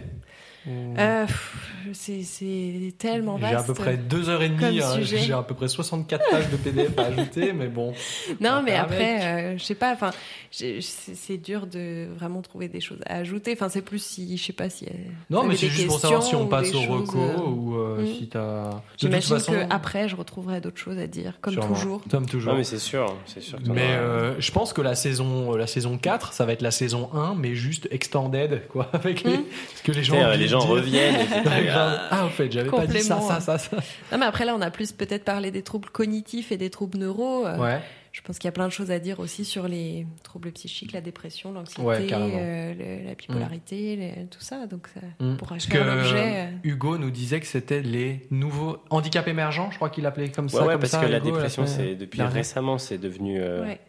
[SPEAKER 4] Mm.
[SPEAKER 3] Euh, pff, c'est- c'est tellement
[SPEAKER 4] Mmh. J'ai
[SPEAKER 3] vaste.
[SPEAKER 4] à peu près deux heures et demie,
[SPEAKER 3] Comme
[SPEAKER 4] hein,
[SPEAKER 3] sujet.
[SPEAKER 4] j'ai à peu près 64 pages de PDF à ajouter, mais bon.
[SPEAKER 3] Non,
[SPEAKER 4] à
[SPEAKER 3] mais
[SPEAKER 4] faire
[SPEAKER 3] après, euh, je sais pas. Enfin, j'ai- c'est c'est dur de vraiment trouver des choses à ajouter. Enfin, c'est plus si, je sais pas si. euh,
[SPEAKER 4] Non,
[SPEAKER 3] vous
[SPEAKER 4] mais
[SPEAKER 3] avez
[SPEAKER 4] c'est
[SPEAKER 3] des
[SPEAKER 4] juste pour savoir si
[SPEAKER 3] questions
[SPEAKER 4] on
[SPEAKER 3] ou
[SPEAKER 4] passe
[SPEAKER 3] des
[SPEAKER 4] au
[SPEAKER 3] choses,
[SPEAKER 4] reco
[SPEAKER 3] euh,
[SPEAKER 4] ou euh,
[SPEAKER 3] mm.
[SPEAKER 4] si t'as. De toute
[SPEAKER 3] J'imagine
[SPEAKER 4] façon-
[SPEAKER 3] que après, je retrouverai d'autres choses à dire, comme
[SPEAKER 4] Sûrement.
[SPEAKER 3] toujours.
[SPEAKER 4] Comme toujours.
[SPEAKER 2] Non, mais c'est sûr. Ah C'est sûr que t'en
[SPEAKER 4] Mais
[SPEAKER 2] auras-
[SPEAKER 4] euh, je pense que la saison, euh, la saison 4, ça va être la saison 1, mais juste extended, quoi. Avec les,
[SPEAKER 3] Mm.
[SPEAKER 4] parce que les gens.
[SPEAKER 2] Putain,
[SPEAKER 4] oublient
[SPEAKER 2] euh, les
[SPEAKER 4] de
[SPEAKER 2] gens
[SPEAKER 4] dire-
[SPEAKER 2] reviennent. et c'est pas grave.
[SPEAKER 4] Ah, en fait, j'avais pas dit ça,
[SPEAKER 3] Complément,
[SPEAKER 4] ça, ça,
[SPEAKER 3] hein.
[SPEAKER 4] ça.
[SPEAKER 3] Non, mais après là, on a plus peut-être parlé des troubles cognitifs et des troubles neuro. Euh,
[SPEAKER 4] Ouais.
[SPEAKER 3] Je pense qu'il y a plein de choses à dire aussi sur les troubles psychiques, la dépression, l'anxiété,
[SPEAKER 4] Ouais, carrément.
[SPEAKER 3] euh, le- la bipolarité, le- tout ça. Donc ça
[SPEAKER 4] Mm.
[SPEAKER 3] pourra
[SPEAKER 4] Parce
[SPEAKER 3] faire
[SPEAKER 4] que,
[SPEAKER 3] l'objet. euh,
[SPEAKER 4] Hugo nous disait que c'était les nouveaux handicaps émergents, je crois qu'il appelait comme ça.
[SPEAKER 2] Ouais, ouais,
[SPEAKER 4] comme
[SPEAKER 2] parce
[SPEAKER 4] ça,
[SPEAKER 2] que la
[SPEAKER 4] Hugo,
[SPEAKER 2] dépression,
[SPEAKER 4] semaine
[SPEAKER 2] c'est depuis
[SPEAKER 4] dernière.
[SPEAKER 2] récemment, c'est devenu euh,
[SPEAKER 3] ouais.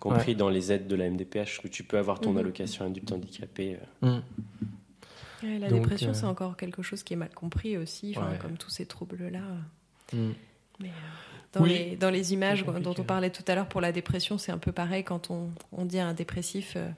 [SPEAKER 2] compris dans les aides de la MDPH que tu peux avoir ton
[SPEAKER 3] Mhm.
[SPEAKER 2] allocation adulte handicapé. euh.
[SPEAKER 4] Mm.
[SPEAKER 3] Ouais, la
[SPEAKER 4] Donc,
[SPEAKER 3] dépression,
[SPEAKER 4] euh,
[SPEAKER 3] c'est encore quelque chose qui est mal compris aussi, enfin,
[SPEAKER 4] Ouais.
[SPEAKER 3] comme tous ces troubles-là.
[SPEAKER 4] Mm.
[SPEAKER 3] Mais euh, dans,
[SPEAKER 4] Oui.
[SPEAKER 3] les, dans les images
[SPEAKER 4] C'est compliqué.
[SPEAKER 3] dont on parlait tout à l'heure pour la dépression, c'est un peu pareil quand on, on dit à un dépressif euh,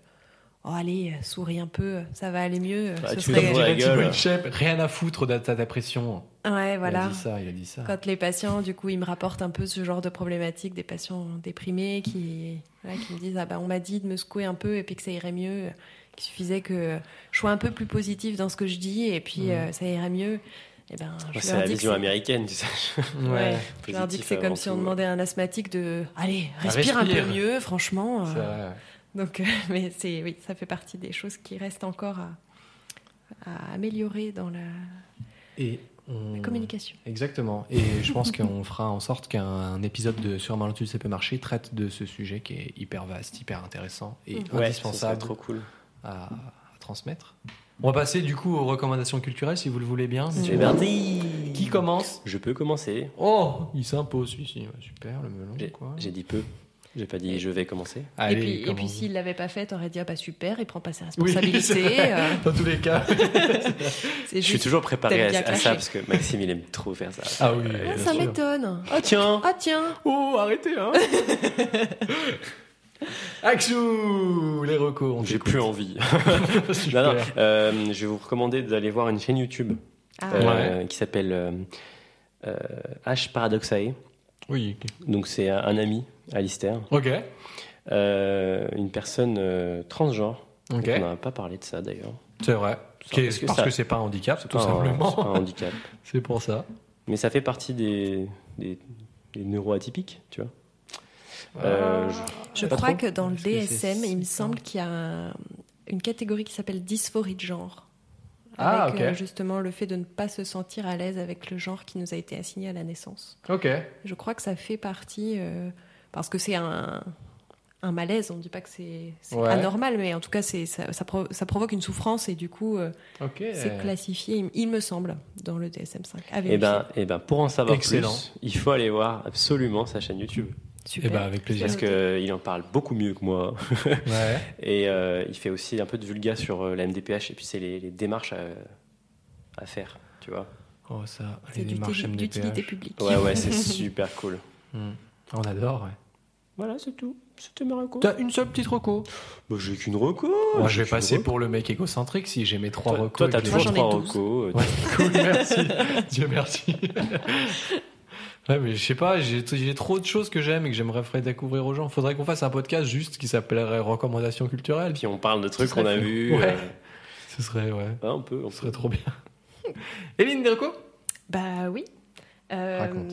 [SPEAKER 3] Oh, allez, euh, souris un peu, euh, ça va aller mieux. euh,
[SPEAKER 2] Bah,
[SPEAKER 3] ce
[SPEAKER 2] tu
[SPEAKER 4] Comme
[SPEAKER 3] serait-
[SPEAKER 2] la
[SPEAKER 4] dirait
[SPEAKER 2] gueule.
[SPEAKER 4] Thibaut Inchep, rien à foutre de ta dépression.
[SPEAKER 3] Ouais,
[SPEAKER 4] Il
[SPEAKER 3] voilà.
[SPEAKER 4] a dit Bah, ça, il a dit ça.
[SPEAKER 3] Quand les patients, du coup, ils me rapportent un peu ce genre de problématique, des patients déprimés qui, voilà, qui me disent Ah, bah, on m'a dit de me secouer un peu et puis que ça irait mieux, euh, qu'il suffisait que je sois un peu plus positif dans ce que je dis et puis
[SPEAKER 4] Mhm.
[SPEAKER 3] euh, ça irait mieux. Et ben, je
[SPEAKER 2] c'est
[SPEAKER 3] leur
[SPEAKER 2] la
[SPEAKER 3] dis que
[SPEAKER 2] vision
[SPEAKER 3] c'est-
[SPEAKER 2] américaine, tu sais. euh,
[SPEAKER 4] Ouais.
[SPEAKER 3] Ouais. Je leur dis
[SPEAKER 2] Positif
[SPEAKER 3] que c'est
[SPEAKER 2] avant
[SPEAKER 3] comme si on
[SPEAKER 2] tout.
[SPEAKER 3] demandait à un asthmatique de allez respire, un
[SPEAKER 4] respire.
[SPEAKER 3] peu mieux franchement
[SPEAKER 4] C'est
[SPEAKER 3] euh,
[SPEAKER 4] vrai.
[SPEAKER 3] donc euh, mais c'est oui ça fait partie des choses qui restent encore à, à améliorer dans la,
[SPEAKER 4] Et on-
[SPEAKER 3] la communication
[SPEAKER 4] Exactement. Et je pense qu'on fera en sorte qu'un épisode de Sur un malentendu ça peut marcher traite de ce sujet qui est hyper vaste, hyper intéressant et
[SPEAKER 3] Mhm.
[SPEAKER 2] Ouais, ça serait
[SPEAKER 4] indispensable
[SPEAKER 2] trop cool.
[SPEAKER 4] à, à transmettre. On va passer du coup aux recommandations culturelles si vous le voulez bien.
[SPEAKER 2] C'est parti
[SPEAKER 4] Qui commence
[SPEAKER 2] Je peux commencer.
[SPEAKER 4] Oh, il s'impose, si, si, ouais, super, le melon,
[SPEAKER 2] J'ai-
[SPEAKER 4] quoi.
[SPEAKER 2] J'ai dit peu. J'ai pas dit je vais commencer.
[SPEAKER 4] Allez,
[SPEAKER 3] et puis et
[SPEAKER 4] commence.
[SPEAKER 3] puis s'il l'avait pas fait t'aurais dit ah bah super il prend pas ses
[SPEAKER 4] Oui, c'est
[SPEAKER 3] responsabilités
[SPEAKER 4] vrai.
[SPEAKER 3] euh,
[SPEAKER 4] Dans tous les cas.
[SPEAKER 3] c'est
[SPEAKER 2] Je suis
[SPEAKER 3] juste
[SPEAKER 2] toujours préparé
[SPEAKER 3] t'as
[SPEAKER 2] à,
[SPEAKER 3] bien
[SPEAKER 2] à
[SPEAKER 3] clashé.
[SPEAKER 2] ça parce que Maxime il aime trop faire ça.
[SPEAKER 4] Ah oui,
[SPEAKER 3] Ah,
[SPEAKER 4] bien
[SPEAKER 3] ça
[SPEAKER 4] sûr.
[SPEAKER 3] m'étonne
[SPEAKER 2] Ah tiens
[SPEAKER 3] ah tiens
[SPEAKER 4] Oh, arrêtez, hein Axou Les recos, on
[SPEAKER 2] J'ai
[SPEAKER 4] t'écoute.
[SPEAKER 2] plus envie.
[SPEAKER 4] Super.
[SPEAKER 2] Non, non, euh, je vais vous recommander d'aller voir une
[SPEAKER 4] Euh,
[SPEAKER 2] chaîne YouTube
[SPEAKER 3] Ah,
[SPEAKER 2] euh, qui s'appelle euh, euh, H Paradoxae.
[SPEAKER 4] Oui.
[SPEAKER 2] Donc c'est un ami, Alistair,
[SPEAKER 4] Ok.
[SPEAKER 2] euh, une personne euh, transgenre.
[SPEAKER 4] Ok.
[SPEAKER 2] Donc, on n'a pas parlé de ça d'ailleurs.
[SPEAKER 4] C'est vrai.
[SPEAKER 2] Ça,
[SPEAKER 4] Qu'est-
[SPEAKER 2] parce que
[SPEAKER 4] parce
[SPEAKER 2] ça-
[SPEAKER 4] que c'est pas un handicap, tout
[SPEAKER 2] Pas un- c'est pas
[SPEAKER 4] simplement.
[SPEAKER 2] un handicap.
[SPEAKER 4] C'est pour ça.
[SPEAKER 2] Mais ça fait partie des, des, des neuroatypiques, tu vois.
[SPEAKER 4] Ah.
[SPEAKER 2] Euh, je-
[SPEAKER 3] Je
[SPEAKER 4] Pas
[SPEAKER 3] crois
[SPEAKER 4] trop
[SPEAKER 3] que dans le
[SPEAKER 4] Parce que c'est
[SPEAKER 3] DSM, il me
[SPEAKER 4] six ans.
[SPEAKER 3] semble qu'il y a un- une catégorie qui s'appelle dysphorie de genre.
[SPEAKER 4] Ah,
[SPEAKER 3] avec
[SPEAKER 4] ok.
[SPEAKER 3] euh, justement le fait de ne pas se sentir à l'aise avec le genre qui nous a été assigné à la naissance.
[SPEAKER 4] Ok.
[SPEAKER 3] Je crois que ça fait partie, euh, parce que c'est un, un malaise, on ne dit pas que c'est c'est
[SPEAKER 4] Ouais.
[SPEAKER 3] anormal, mais en tout cas c'est- ça, ça provo- ça provoque une souffrance et du coup euh,
[SPEAKER 4] Ok.
[SPEAKER 3] c'est classifié, il, il me semble, dans le DSM5. À
[SPEAKER 2] Eh
[SPEAKER 3] vérifier.
[SPEAKER 2] ben, eh ben, pour en savoir
[SPEAKER 4] Excellent.
[SPEAKER 2] plus, il faut aller voir absolument sa chaîne YouTube.
[SPEAKER 4] Eh
[SPEAKER 3] Super.
[SPEAKER 4] ben, avec plaisir.
[SPEAKER 2] Parce qu'il en parle beaucoup mieux que moi.
[SPEAKER 4] Ouais.
[SPEAKER 2] Et euh, il fait aussi un peu de vulga sur euh, la MDPH. Et puis, c'est les, les démarches à, à faire, tu vois.
[SPEAKER 4] Oh, ça,
[SPEAKER 3] C'est
[SPEAKER 4] les
[SPEAKER 3] du
[SPEAKER 4] démarches
[SPEAKER 3] télé- d'utilité
[SPEAKER 4] MDPH.
[SPEAKER 3] publique.
[SPEAKER 2] Ouais, ouais, c'est super cool.
[SPEAKER 4] Hmm. On adore, ouais.
[SPEAKER 2] Voilà, c'est tout. C'était ma reco.
[SPEAKER 4] T'as une seule petite reco
[SPEAKER 2] Bah, j'ai qu'une reco. J'ai
[SPEAKER 4] Moi, je vais
[SPEAKER 2] qu'une
[SPEAKER 4] passer
[SPEAKER 2] reco.
[SPEAKER 4] pour le mec égocentrique si j'ai mes trois
[SPEAKER 2] Toi,
[SPEAKER 4] recos.
[SPEAKER 2] toi, t'as
[SPEAKER 4] et que
[SPEAKER 2] toujours
[SPEAKER 3] j'en ai
[SPEAKER 2] trois
[SPEAKER 3] douze.
[SPEAKER 2] recos. euh,
[SPEAKER 4] Ouais, cool, merci. Dieu merci. ouais, mais je sais pas, j'ai j'ai trop de choses que j'aime et que j'aimerais faire découvrir aux gens. Faudrait qu'on fasse un podcast juste qui s'appellerait Recommandations culturelles.
[SPEAKER 2] Puis on parle de trucs
[SPEAKER 4] serait
[SPEAKER 2] qu'on a
[SPEAKER 4] fou.
[SPEAKER 2] vus.
[SPEAKER 4] Ouais.
[SPEAKER 2] euh,
[SPEAKER 4] Ce serait, ouais,
[SPEAKER 2] ouais, on peut. on
[SPEAKER 4] ce
[SPEAKER 2] peut.
[SPEAKER 4] serait trop bien. Éline Delco
[SPEAKER 3] Bah oui. Euh,
[SPEAKER 4] Raconte.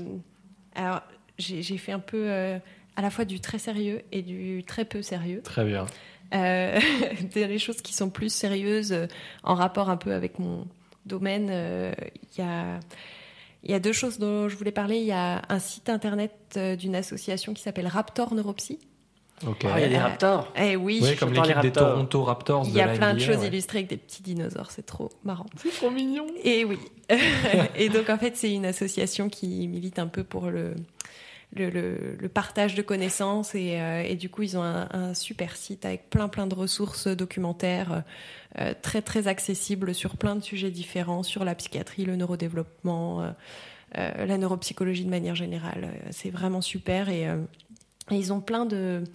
[SPEAKER 3] Alors, j'ai j'ai fait un peu euh, à la fois du très sérieux et du très peu sérieux.
[SPEAKER 4] Très bien.
[SPEAKER 3] Euh, des les choses qui sont plus sérieuses euh, en rapport un peu avec mon domaine, euh, il y a. Il y a deux choses dont je voulais parler. Il y a un site internet euh, d'une association qui s'appelle Raptor Neuropsy.
[SPEAKER 4] Ok.
[SPEAKER 2] Ah, il y a des
[SPEAKER 3] Euh,
[SPEAKER 2] raptors.
[SPEAKER 3] Eh oui,
[SPEAKER 4] ouais, comme
[SPEAKER 2] je parle
[SPEAKER 4] l'équipe des
[SPEAKER 2] Raptors.
[SPEAKER 4] Toronto Raptors.
[SPEAKER 3] il
[SPEAKER 4] de
[SPEAKER 3] y a
[SPEAKER 4] la
[SPEAKER 3] plein de
[SPEAKER 4] NBA,
[SPEAKER 3] choses
[SPEAKER 4] ouais.
[SPEAKER 3] illustrées avec des petits dinosaures. C'est trop marrant.
[SPEAKER 4] C'est trop mignon.
[SPEAKER 3] Et oui. et donc, en fait, c'est une association qui milite un peu pour le, le, le- le partage de connaissances. Et, euh, et du coup, ils ont un, un super site avec plein, plein de ressources documentaires, euh, très, très accessibles sur plein de sujets différents, sur la psychiatrie, le neurodéveloppement, euh, euh, la neuropsychologie de manière générale. Euh, C'est vraiment super. Et, euh, et ils ont plein de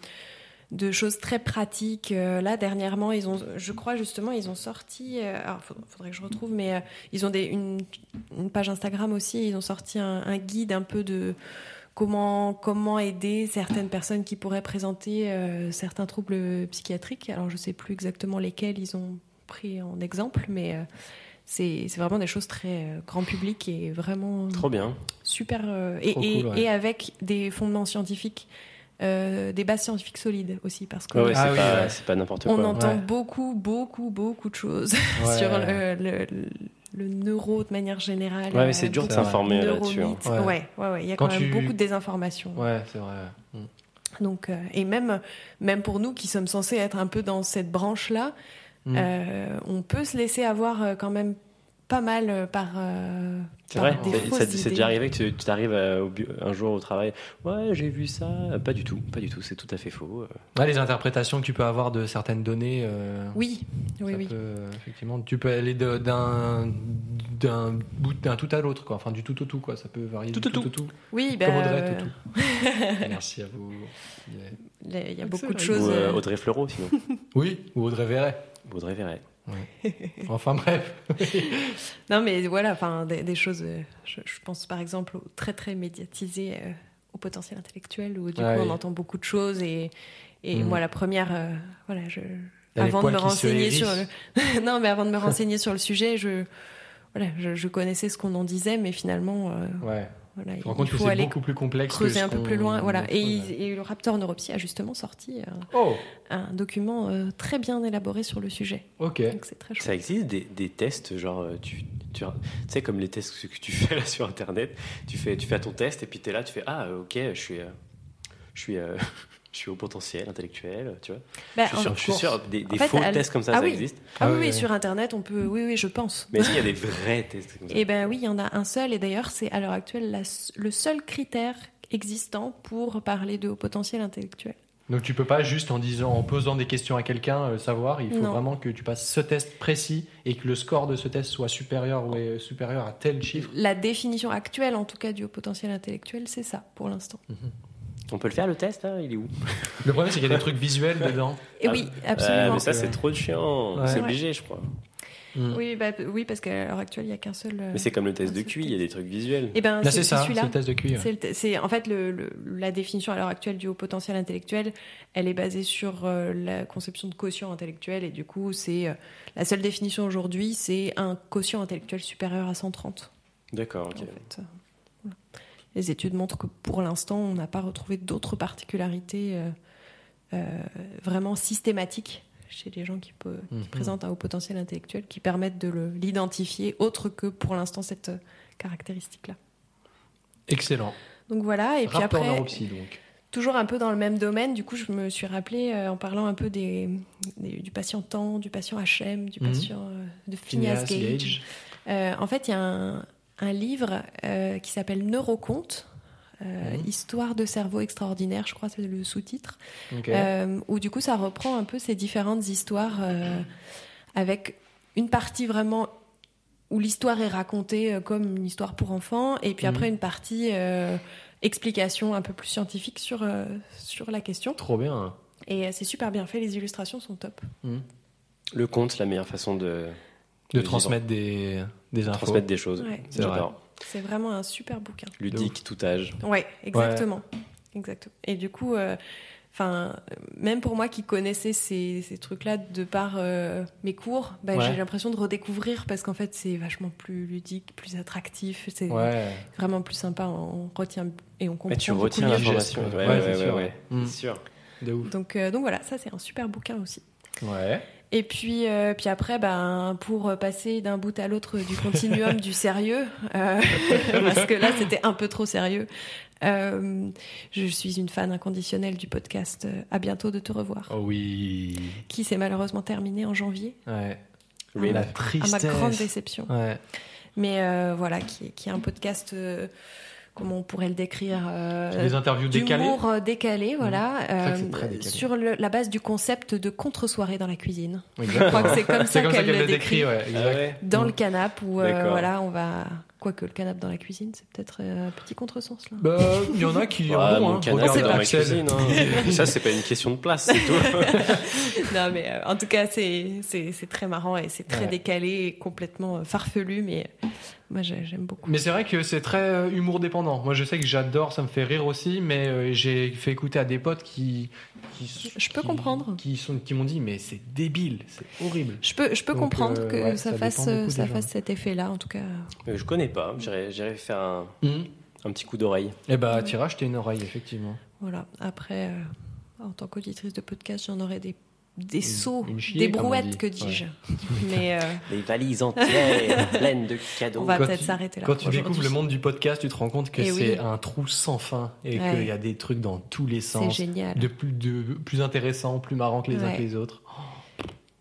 [SPEAKER 3] de choses très pratiques. Euh, là, dernièrement, ils ont, je crois justement, ils ont sorti. euh, alors, faudrait, faudrait que je retrouve, mais euh, ils ont des, une, une page Instagram aussi. Ils ont sorti un, un guide un peu de comment comment aider certaines personnes qui pourraient présenter euh, certains troubles psychiatriques. Alors, je sais plus exactement lesquels ils ont pris en exemple, mais euh, c'est c'est vraiment des choses très euh, grand public et vraiment
[SPEAKER 2] Trop bien.
[SPEAKER 3] super euh, et,
[SPEAKER 4] Trop
[SPEAKER 3] et-
[SPEAKER 4] cool, ouais.
[SPEAKER 3] et avec des fondements scientifiques euh, des bases scientifiques solides aussi parce que
[SPEAKER 2] Ouais, ouais,
[SPEAKER 4] Ah
[SPEAKER 2] c'est
[SPEAKER 4] oui,
[SPEAKER 2] pas,
[SPEAKER 4] ouais.
[SPEAKER 2] c'est pas n'importe quoi.
[SPEAKER 3] on entend
[SPEAKER 4] Ouais.
[SPEAKER 3] beaucoup beaucoup beaucoup de choses
[SPEAKER 4] Ouais.
[SPEAKER 3] sur le, le- le neuro de manière générale euh,
[SPEAKER 2] Ouais, mais c'est dur de
[SPEAKER 4] c'est
[SPEAKER 2] s'informer là-dessus. hein.
[SPEAKER 3] neuromythes.
[SPEAKER 4] hein.
[SPEAKER 3] ouais ouais ouais, il y a
[SPEAKER 4] Quand
[SPEAKER 3] quand, même
[SPEAKER 4] tu-
[SPEAKER 3] beaucoup de désinformation
[SPEAKER 4] Ouais, c'est vrai. Hmm.
[SPEAKER 3] donc euh, et même même pour nous qui sommes censés être un peu dans cette branche là
[SPEAKER 2] Mm.
[SPEAKER 4] Hmm.
[SPEAKER 3] on peut se laisser avoir euh, quand même pas mal euh, par euh,
[SPEAKER 2] C'est
[SPEAKER 3] par
[SPEAKER 2] vrai,
[SPEAKER 3] des
[SPEAKER 2] c'est-
[SPEAKER 3] fausses
[SPEAKER 2] c'est- c'est
[SPEAKER 3] idées.
[SPEAKER 2] déjà arrivé que tu, tu t'arrives à- au bu- un jour au travail. Ouais, j'ai vu ça. Euh, Pas du tout, pas du tout, c'est tout à fait faux. euh.
[SPEAKER 4] Ah, les interprétations que tu peux avoir de certaines données. euh,
[SPEAKER 3] oui oui
[SPEAKER 4] ça
[SPEAKER 3] oui
[SPEAKER 4] peut, euh, effectivement, tu peux aller de- d'un d'un bout d'un tout à l'autre, quoi. Enfin, du tout au tout, quoi. Ça peut varier.
[SPEAKER 2] Tout
[SPEAKER 4] du
[SPEAKER 2] au tout.
[SPEAKER 3] oui
[SPEAKER 4] Comme
[SPEAKER 3] bah,
[SPEAKER 4] Audrey,
[SPEAKER 3] euh,
[SPEAKER 4] tout tout. Merci à vous. Yeah.
[SPEAKER 3] Là, Il y a
[SPEAKER 4] Excellent.
[SPEAKER 3] beaucoup de
[SPEAKER 2] Ou
[SPEAKER 3] choses.
[SPEAKER 2] euh,
[SPEAKER 3] euh,
[SPEAKER 2] Audrey Fleurot, sinon.
[SPEAKER 4] Oui, ou Audrey Verret.
[SPEAKER 2] Audrey Verret.
[SPEAKER 4] Enfin bref.
[SPEAKER 3] Non, mais voilà, enfin, des, des choses. euh, Je, je pense par exemple au très très médiatisé euh, au potentiel intellectuel où du
[SPEAKER 4] Ah
[SPEAKER 3] coup
[SPEAKER 4] oui.
[SPEAKER 3] on entend beaucoup de choses et, et
[SPEAKER 4] Mhm.
[SPEAKER 3] moi la première, euh, voilà, je.
[SPEAKER 4] Il y a les
[SPEAKER 3] Avant de
[SPEAKER 4] poils
[SPEAKER 3] me
[SPEAKER 4] qui se
[SPEAKER 3] renseigner sur
[SPEAKER 4] hérissent.
[SPEAKER 3] le... non, mais avant de me renseigner sur le sujet, je voilà, je, je connaissais ce qu'on en disait, mais finalement, euh,
[SPEAKER 4] Ouais.
[SPEAKER 3] voilà,
[SPEAKER 4] Je me rends
[SPEAKER 3] il
[SPEAKER 4] compte que
[SPEAKER 3] faut
[SPEAKER 4] c'est
[SPEAKER 3] aller
[SPEAKER 4] beaucoup plus complexe. que
[SPEAKER 3] creuser
[SPEAKER 4] ce
[SPEAKER 3] un peu
[SPEAKER 4] qu'on-
[SPEAKER 3] plus loin, voilà.
[SPEAKER 4] qu'on
[SPEAKER 3] Et,
[SPEAKER 4] trouve,
[SPEAKER 3] ils-
[SPEAKER 4] ouais.
[SPEAKER 3] et le Raptor Neuropsy a justement sorti un,
[SPEAKER 4] Oh,
[SPEAKER 3] un document euh, très bien élaboré sur le sujet,
[SPEAKER 4] ok.
[SPEAKER 3] donc c'est très chouette.
[SPEAKER 2] Ça existe des, des tests, genre, euh, tu, tu, tu sais, comme les tests que tu fais là sur Internet, tu fais, tu fais ton test et puis t'es là, tu fais Ah, euh, ok, je suis, euh, je suis, euh, je suis au potentiel intellectuel, tu vois.
[SPEAKER 3] Bah,
[SPEAKER 2] je suis sûr,
[SPEAKER 3] en-
[SPEAKER 2] je suis sûr, des, des
[SPEAKER 3] fait,
[SPEAKER 2] faux
[SPEAKER 3] elle-
[SPEAKER 2] tests comme ça,
[SPEAKER 3] Ah
[SPEAKER 2] ça
[SPEAKER 3] oui.
[SPEAKER 2] existe.
[SPEAKER 3] Ah
[SPEAKER 4] Ah
[SPEAKER 3] oui,
[SPEAKER 4] ouais,
[SPEAKER 3] oui,
[SPEAKER 4] ouais.
[SPEAKER 3] sur Internet, on peut. Oui, oui, je pense.
[SPEAKER 2] Mais est-ce qu'il y a des vrais tests comme ça
[SPEAKER 3] Eh ben oui, il y en a un seul, et d'ailleurs, c'est à l'heure actuelle la s- le seul critère existant pour parler de haut potentiel intellectuel.
[SPEAKER 4] Donc tu peux pas juste en disant, en posant des questions à quelqu'un, euh, savoir. Il faut
[SPEAKER 3] Non.
[SPEAKER 4] vraiment que tu passes ce test précis et que le score de ce test soit supérieur ou est supérieur à tel chiffre.
[SPEAKER 3] La définition actuelle, en tout cas, du haut potentiel intellectuel, c'est ça, pour l'instant.
[SPEAKER 2] On peut le faire le test, là Il est où
[SPEAKER 4] Le problème, c'est qu'il y a des trucs visuels dedans.
[SPEAKER 3] Et
[SPEAKER 2] Ah,
[SPEAKER 3] oui,
[SPEAKER 2] Ah,
[SPEAKER 3] absolument.
[SPEAKER 2] Mais ça, c'est trop chiant.
[SPEAKER 4] Ouais.
[SPEAKER 2] C'est obligé, je crois.
[SPEAKER 4] Mm.
[SPEAKER 3] Oui, bah, oui, parce qu'à l'heure actuelle, il n'y a qu'un seul. euh,
[SPEAKER 2] Mais c'est comme le test de
[SPEAKER 3] c'est
[SPEAKER 2] QI,
[SPEAKER 3] le
[SPEAKER 2] il y a des trucs visuels.
[SPEAKER 3] Eh ben,
[SPEAKER 4] Là,
[SPEAKER 3] c'est
[SPEAKER 4] c'est ça, c'est
[SPEAKER 3] celui-là.
[SPEAKER 4] le test de QI. ouais.
[SPEAKER 3] C'est le te- C'est en fait le- le- la définition à l'heure actuelle du haut potentiel intellectuel, elle est basée sur euh, la conception de quotient intellectuel et du coup c'est euh, la seule définition aujourd'hui c'est un quotient intellectuel supérieur à 130.
[SPEAKER 2] D'accord, ok.
[SPEAKER 3] en fait. Voilà. Les études montrent que pour l'instant on n'a pas retrouvé d'autres particularités euh, euh, vraiment systématiques chez les gens qui, po- qui
[SPEAKER 4] Mhm.
[SPEAKER 3] présentent un haut potentiel intellectuel qui permettent de le- l'identifier autre que pour l'instant cette euh, caractéristique-là.
[SPEAKER 4] Excellent.
[SPEAKER 3] Donc voilà, et puis
[SPEAKER 4] Rapport
[SPEAKER 3] après,
[SPEAKER 4] neuropsy, donc.
[SPEAKER 3] toujours un peu dans le même domaine, du coup, je me suis rappelé euh, en parlant un peu des, des- du patient temps, du patient HM, du
[SPEAKER 4] Mhm.
[SPEAKER 3] patient euh, de Phineas, Gage. Euh, en fait, il y a un, un livre euh, qui s'appelle Neuroconte. euh,
[SPEAKER 4] Mhm.
[SPEAKER 3] Histoire de cerveau extraordinaire, je crois, c'est le sous-titre,
[SPEAKER 4] Ok.
[SPEAKER 3] euh, où du coup ça reprend un peu ces différentes histoires euh, avec une partie vraiment où l'histoire est racontée euh, comme une histoire pour enfants, et puis
[SPEAKER 4] Mhm.
[SPEAKER 3] après une partie euh, explication un peu plus scientifique sur, euh, sur la question.
[SPEAKER 4] Trop bien.
[SPEAKER 3] Et euh, c'est super bien fait, les illustrations sont top.
[SPEAKER 2] Le compte, la meilleure façon de
[SPEAKER 4] De
[SPEAKER 2] Le
[SPEAKER 4] transmettre des, des infos.
[SPEAKER 2] transmettre des choses.
[SPEAKER 3] Ouais.
[SPEAKER 2] C'est J'adore.
[SPEAKER 3] C'est vraiment un super bouquin.
[SPEAKER 2] Ludique, tout âge.
[SPEAKER 3] Ouais, exactement. Exactement. Et du coup, euh, enfin, même pour moi qui connaissais ces, ces trucs-là de par euh, mes cours, bah,
[SPEAKER 4] Ouais.
[SPEAKER 3] j'ai l'impression de redécouvrir parce qu'en fait, c'est vachement plus ludique, plus attractif, c'est
[SPEAKER 4] Ouais.
[SPEAKER 3] vraiment plus sympa. On retient et on comprend.
[SPEAKER 2] Mais tu
[SPEAKER 3] beaucoup
[SPEAKER 2] retiens
[SPEAKER 3] mieux.
[SPEAKER 2] l'information.
[SPEAKER 4] gestes,
[SPEAKER 2] Ouais, ouais,
[SPEAKER 4] quoi.
[SPEAKER 2] ouais,
[SPEAKER 4] Ouais, c'est
[SPEAKER 2] ouais,
[SPEAKER 4] sûr.
[SPEAKER 2] ouais.
[SPEAKER 4] Mm.
[SPEAKER 2] C'est sûr.
[SPEAKER 4] De ouf.
[SPEAKER 3] Donc, euh, donc voilà, ça c'est un super bouquin aussi.
[SPEAKER 4] Ouais.
[SPEAKER 3] Et puis, euh, puis après, ben, pour passer d'un bout à l'autre du continuum du sérieux, euh, parce que là, c'était un peu trop sérieux, euh, je suis une fan inconditionnelle du podcast euh, À bientôt de te revoir,
[SPEAKER 4] Oh oui.
[SPEAKER 3] qui s'est malheureusement terminé en janvier,
[SPEAKER 4] Ouais.
[SPEAKER 2] Oui,
[SPEAKER 4] La
[SPEAKER 2] bah,
[SPEAKER 3] à ma
[SPEAKER 4] tristesse.
[SPEAKER 3] grande déception.
[SPEAKER 4] Ouais.
[SPEAKER 3] Mais euh, voilà, qui, qui est un podcast, euh, comment on pourrait le décrire euh,
[SPEAKER 4] Les interviews décalées.
[SPEAKER 3] D'humour euh, décalé, voilà,
[SPEAKER 4] vrai que
[SPEAKER 3] euh,
[SPEAKER 4] Mm. c'est très décalé.
[SPEAKER 3] sur le- la base du concept de contre-soirée dans la cuisine. Je
[SPEAKER 4] Exactement.
[SPEAKER 3] crois que c'est comme ça
[SPEAKER 4] C'est comme ça
[SPEAKER 3] qu'elle
[SPEAKER 4] qu'elle
[SPEAKER 3] le
[SPEAKER 4] le
[SPEAKER 3] décrit.
[SPEAKER 4] décrit, ouais.
[SPEAKER 2] Ah
[SPEAKER 4] exact.
[SPEAKER 2] ouais.
[SPEAKER 3] dans
[SPEAKER 4] Mm.
[SPEAKER 3] le canapé où euh,
[SPEAKER 2] D'accord.
[SPEAKER 3] voilà on va quoique le canapé dans la cuisine c'est peut-être euh, un petit contresens là
[SPEAKER 4] Bah, il y en a qui en
[SPEAKER 2] Ah,
[SPEAKER 4] ont,
[SPEAKER 2] mon
[SPEAKER 4] hein.
[SPEAKER 2] canard
[SPEAKER 4] Regarde
[SPEAKER 2] dans ma
[SPEAKER 4] Axel.
[SPEAKER 2] cuisine, hein. Ça, c'est pas une question de place, c'est tout.
[SPEAKER 3] non mais euh, en tout cas c'est c'est c'est très marrant et c'est très
[SPEAKER 4] Ouais.
[SPEAKER 3] décalé et complètement euh, farfelu mais euh, moi j'ai- j'aime beaucoup
[SPEAKER 4] Mais c'est vrai que c'est très euh, humour dépendant. Moi, je sais que j'adore, ça me fait rire aussi, mais euh, j'ai fait écouter à des potes qui. qui s-
[SPEAKER 3] Je peux
[SPEAKER 4] qui-
[SPEAKER 3] comprendre.
[SPEAKER 4] Qui, sont- qui m'ont dit, mais c'est débile, c'est horrible.
[SPEAKER 3] je peux je peux
[SPEAKER 4] Donc,
[SPEAKER 3] comprendre
[SPEAKER 4] euh,
[SPEAKER 3] que
[SPEAKER 4] ouais,
[SPEAKER 3] ça,
[SPEAKER 4] ça
[SPEAKER 3] fasse
[SPEAKER 4] dépend beaucoup
[SPEAKER 3] euh,
[SPEAKER 4] des
[SPEAKER 3] ça
[SPEAKER 4] gens.
[SPEAKER 3] fasse cet effet là en tout cas
[SPEAKER 2] Euh, Je connais pas. J'irai j'irai faire un, un petit coup d'oreille.
[SPEAKER 4] Et Mmh. bah, t'iras acheter une oreille, effectivement.
[SPEAKER 3] voilà après euh, en tant qu'auditrice de podcast j'en aurais des des seaux
[SPEAKER 4] une chier,
[SPEAKER 3] des
[SPEAKER 4] comme on
[SPEAKER 3] brouettes
[SPEAKER 4] dit.
[SPEAKER 3] que dis-je mais euh,
[SPEAKER 2] Les valises entières pleines de cadeaux.
[SPEAKER 3] on va
[SPEAKER 4] Quand
[SPEAKER 3] peut-être
[SPEAKER 4] tu-
[SPEAKER 3] s'arrêter là
[SPEAKER 4] Quand
[SPEAKER 3] pour
[SPEAKER 4] tu découvres
[SPEAKER 3] aujourd'hui.
[SPEAKER 4] le monde du podcast, tu te rends compte que
[SPEAKER 3] Eh
[SPEAKER 4] c'est
[SPEAKER 3] oui.
[SPEAKER 4] un trou sans fin et
[SPEAKER 3] Ouais.
[SPEAKER 4] qu'il y a des trucs dans tous les
[SPEAKER 3] c'est
[SPEAKER 4] sens.
[SPEAKER 3] génial
[SPEAKER 4] De plus, de plus intéressants, plus marrants que les uns
[SPEAKER 3] Ouais.
[SPEAKER 4] que les autres.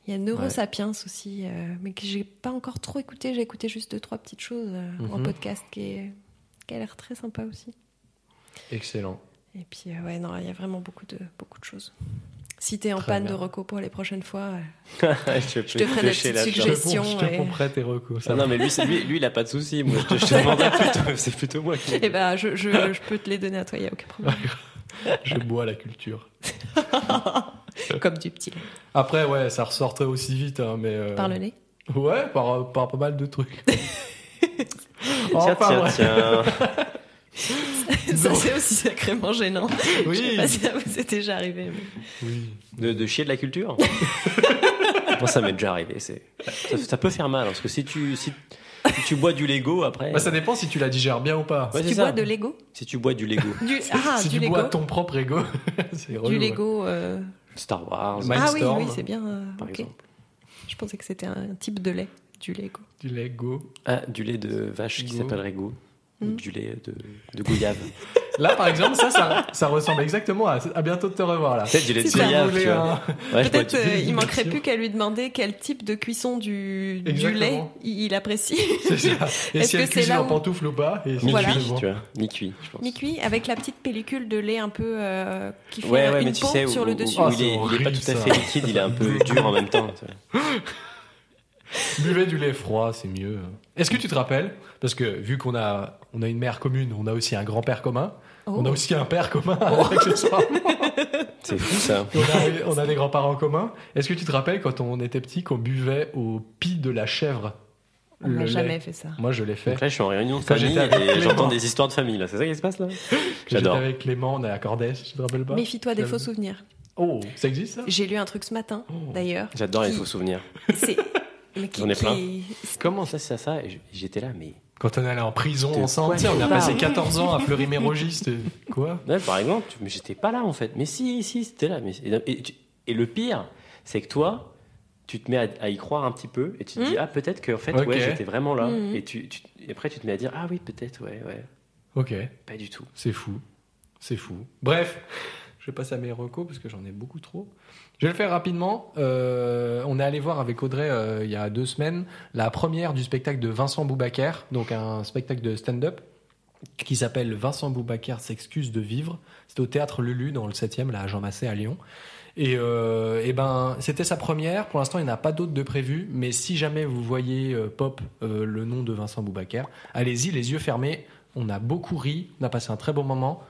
[SPEAKER 3] Il y a Neurosapiens aussi, euh, mais que j'ai pas encore trop écouté. J'ai écouté juste deux, trois petites choses euh, en
[SPEAKER 4] Mhm.
[SPEAKER 3] podcast qui, est- qui a l'air très sympa aussi.
[SPEAKER 4] Excellent.
[SPEAKER 3] Et puis, euh, ouais, non, il y a vraiment beaucoup de, beaucoup de choses. Si t'es en
[SPEAKER 4] Très
[SPEAKER 3] panne
[SPEAKER 4] bien.
[SPEAKER 3] de recours pour les prochaines fois, euh,
[SPEAKER 2] je,
[SPEAKER 3] je te ferai des petites
[SPEAKER 2] suggestions.
[SPEAKER 4] Je te, pom-
[SPEAKER 3] suggestions.
[SPEAKER 4] je te
[SPEAKER 3] et-
[SPEAKER 4] pomperai tes recours. Ça
[SPEAKER 2] Ah non, mais lui, c'est- lui, lui, il a pas de soucis. Moi, je te, je te demanderais plutôt. C'est plutôt moi qui.
[SPEAKER 3] eh ben, je, je- je peux te les donner à toi, il n'y a aucun problème.
[SPEAKER 4] va. Je bois la culture.
[SPEAKER 3] Comme du petit lait.
[SPEAKER 4] Après, ouais, ça ressortait aussi vite, hein, mais. euh,
[SPEAKER 3] Par le nez.
[SPEAKER 4] Ouais, par, par pas mal de trucs.
[SPEAKER 2] Tiens,
[SPEAKER 4] Enfin,
[SPEAKER 2] tiens,
[SPEAKER 4] ouais.
[SPEAKER 2] tiens.
[SPEAKER 3] Ça,
[SPEAKER 4] Non.
[SPEAKER 3] c'est aussi sacrément gênant. Je Euh. sais
[SPEAKER 4] Oui.
[SPEAKER 3] pas si ça vous est déjà arrivé. mais-
[SPEAKER 4] Oui.
[SPEAKER 2] De, de chier de la culture Moi, ça m'est déjà arrivé. c'est- Ça, ça peut faire mal, parce que si tu, si, si tu bois du Lego après.
[SPEAKER 4] Bah, ça dépend si tu la digères bien ou pas.
[SPEAKER 2] Ouais,
[SPEAKER 3] Si
[SPEAKER 2] c'est
[SPEAKER 3] tu
[SPEAKER 2] ça.
[SPEAKER 3] bois de Lego
[SPEAKER 2] Si tu bois du Lego.
[SPEAKER 3] du... Ah,
[SPEAKER 4] si
[SPEAKER 3] du
[SPEAKER 4] tu
[SPEAKER 3] Lego.
[SPEAKER 4] bois ton propre ego, c'est
[SPEAKER 3] Du
[SPEAKER 4] relou, hein. ouais.
[SPEAKER 3] Lego. euh,
[SPEAKER 2] Star Wars,
[SPEAKER 4] Ma-
[SPEAKER 3] Ah oui,
[SPEAKER 4] Mindstorm,
[SPEAKER 3] oui, c'est bien. euh,
[SPEAKER 2] par
[SPEAKER 3] ok.
[SPEAKER 2] exemple.
[SPEAKER 3] Je pensais que c'était un type de lait, du Lego.
[SPEAKER 4] Du Lego.
[SPEAKER 2] Ah, du lait de vache qui
[SPEAKER 4] Go.
[SPEAKER 2] s'appellerait Go.
[SPEAKER 3] Mm.
[SPEAKER 2] Ou du lait de, de goyave.
[SPEAKER 4] Là, par exemple, ça, ça, ça ressemble exactement à, à bientôt de te revoir là.
[SPEAKER 2] Peut-être du lait de
[SPEAKER 3] Si ça
[SPEAKER 2] goyave,
[SPEAKER 4] voulait
[SPEAKER 2] tu vois.
[SPEAKER 4] un-
[SPEAKER 2] Ouais, je bois
[SPEAKER 3] Peut-être
[SPEAKER 2] du-
[SPEAKER 3] euh, il
[SPEAKER 4] une
[SPEAKER 3] manquerait
[SPEAKER 4] version.
[SPEAKER 3] plus qu'à lui demander quel type de cuisson du, du
[SPEAKER 4] Exactement.
[SPEAKER 3] lait il il apprécie.
[SPEAKER 4] c'est ça. Et
[SPEAKER 3] Est-ce
[SPEAKER 4] si
[SPEAKER 3] que
[SPEAKER 4] elle
[SPEAKER 3] c'est
[SPEAKER 4] cuisine
[SPEAKER 3] là
[SPEAKER 4] en
[SPEAKER 3] où-
[SPEAKER 4] pantoufle ou pas et
[SPEAKER 2] Mi-cuit,
[SPEAKER 3] Voilà.
[SPEAKER 4] c'est bon.
[SPEAKER 2] tu vois. Mi-cuit, je pense.
[SPEAKER 3] Mi-cuit avec la petite pellicule de lait un peu euh, qui fait
[SPEAKER 2] Ouais,
[SPEAKER 3] euh,
[SPEAKER 2] ouais,
[SPEAKER 3] une
[SPEAKER 2] mais tu
[SPEAKER 3] pompe
[SPEAKER 2] sais, où,
[SPEAKER 3] sur le
[SPEAKER 2] où-
[SPEAKER 3] dessus.
[SPEAKER 2] où
[SPEAKER 4] Ah,
[SPEAKER 2] il,
[SPEAKER 4] c'est
[SPEAKER 2] est, il est pas
[SPEAKER 4] horrible,
[SPEAKER 2] tout à
[SPEAKER 4] ça.
[SPEAKER 2] fait liquide, il est un peu dur en même temps. tu vois.
[SPEAKER 4] Buvez du lait froid, c'est mieux. Est-ce que tu te rappelles Parce que vu qu'on a, on a une mère commune, on a aussi un grand-père commun. Oh, On
[SPEAKER 3] Oh.
[SPEAKER 4] a aussi un père commun, accessoirement.
[SPEAKER 2] C'est fou ça.
[SPEAKER 4] On a, on a des grands-parents communs. Est-ce que tu te rappelles quand on était petit qu'on buvait au pis de la chèvre
[SPEAKER 3] On
[SPEAKER 4] le
[SPEAKER 3] n'a
[SPEAKER 4] lait
[SPEAKER 3] jamais fait ça.
[SPEAKER 4] Moi, je l'ai fait.
[SPEAKER 2] Donc là, je suis en réunion de
[SPEAKER 4] Quand
[SPEAKER 2] famille
[SPEAKER 4] j'étais avec
[SPEAKER 2] et
[SPEAKER 4] Clément.
[SPEAKER 2] j'entends des histoires de famille. là. C'est ça qui se passe là
[SPEAKER 4] J'étais
[SPEAKER 2] J'adore.
[SPEAKER 4] avec Clément, on est à Cordès, tu te rappelles pas
[SPEAKER 3] Méfie-toi des
[SPEAKER 4] Bah, J'aime.
[SPEAKER 3] faux souvenirs.
[SPEAKER 4] Oh, ça existe ça
[SPEAKER 3] J'ai lu un truc ce matin,
[SPEAKER 4] Oh.
[SPEAKER 3] d'ailleurs.
[SPEAKER 2] J'adore les
[SPEAKER 3] Qui-
[SPEAKER 2] faux souvenirs.
[SPEAKER 3] C'est. mais qui-
[SPEAKER 2] J'en ai plein.
[SPEAKER 3] qui-
[SPEAKER 2] Comment ça, c'est ça Et j- J'étais là, mais.
[SPEAKER 4] Quand on allait en prison
[SPEAKER 2] De
[SPEAKER 4] ensemble,
[SPEAKER 2] quoi
[SPEAKER 4] tu sais, on
[SPEAKER 2] tu
[SPEAKER 4] a
[SPEAKER 3] parles
[SPEAKER 4] passé 14 ans à Fleury-Mérogis. c'était- Quoi
[SPEAKER 2] Ouais, par exemple, tu- mais j'étais pas là en fait. Mais si, si, c'était là. Mais... Et, et tu- et le pire, c'est que toi, tu te mets à, à y croire un petit peu et tu te dis,
[SPEAKER 3] Mhm.
[SPEAKER 2] ah, peut-être que en fait,
[SPEAKER 4] Ok.
[SPEAKER 2] ouais, j'étais vraiment là.
[SPEAKER 3] Mhm.
[SPEAKER 2] Et, tu, tu- et après, tu te mets à dire, ah oui, peut-être, ouais, ouais.
[SPEAKER 4] Ok,
[SPEAKER 2] Pas du tout.
[SPEAKER 4] c'est fou. C'est fou. Bref, je vais passer à mes recos parce que j'en ai beaucoup trop. Je vais le faire rapidement. Euh, on est allé voir avec Audrey euh, il y a deux semaines la première du spectacle de Vincent Boubacar, donc un spectacle de stand-up qui s'appelle Vincent Boubacar s'excuse de vivre. C'était au théâtre Lulu dans le 7e, là à Jean Massé à Lyon. Et, euh, eh ben, c'était sa première. Pour l'instant, il n'y en a pas d'autres de prévues. Mais si jamais vous voyez euh, Pop, euh, le nom de Vincent Boubacar, allez-y, les yeux fermés. On a beaucoup ri, on a passé un très bon moment.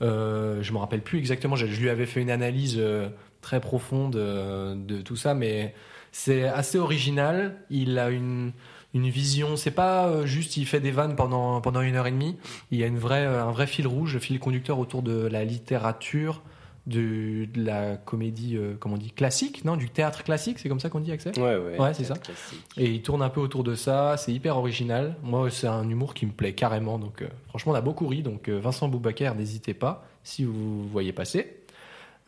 [SPEAKER 4] Euh, je me rappelle plus exactement. Je, je lui avais fait une analyse euh, très profonde euh, de tout ça, mais c'est assez original. Il a une une vision. C'est pas euh, juste il fait des vannes pendant pendant une heure et demie. Il y a une vraie euh, un vrai fil rouge, fil conducteur autour de la littérature, du- de la comédie, euh, comment on dit, classique, non, du théâtre classique, c'est comme ça qu'on dit, Axel
[SPEAKER 2] Ouais, ouais.
[SPEAKER 4] Ouais, c'est ça.
[SPEAKER 2] classique.
[SPEAKER 4] Et il tourne un peu autour de ça, c'est hyper original. Moi, c'est un humour qui me plaît carrément, donc euh, franchement, on a beaucoup ri. Donc euh, Vincent Boubacar, n'hésitez pas si vous voyez passer.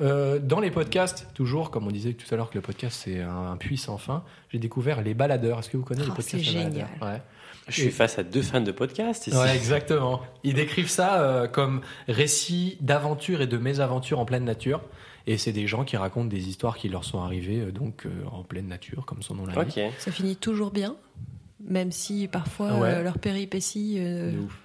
[SPEAKER 4] Euh, dans les podcasts, toujours, comme on disait tout à l'heure que le podcast c'est un, puits sans fin, j'ai découvert Les Baladeurs. Est-ce que vous connaissez
[SPEAKER 3] Oh,
[SPEAKER 4] les podcasts
[SPEAKER 3] c'est
[SPEAKER 4] Les
[SPEAKER 3] génial.
[SPEAKER 4] Baladeurs Ouais.
[SPEAKER 2] Je suis
[SPEAKER 4] Et-
[SPEAKER 2] face à deux fans de podcast ici.
[SPEAKER 4] Ouais, exactement. Ils décrivent ça euh, comme récit d'aventures et de mésaventures en pleine nature. Et c'est des gens qui racontent des histoires qui leur sont arrivées euh, donc euh, en pleine nature, comme son nom l'indique.
[SPEAKER 2] ok.
[SPEAKER 3] Ça finit toujours bien, même si parfois
[SPEAKER 4] Ah Ouais.
[SPEAKER 3] euh, leur péripétie euh,
[SPEAKER 4] De ouf.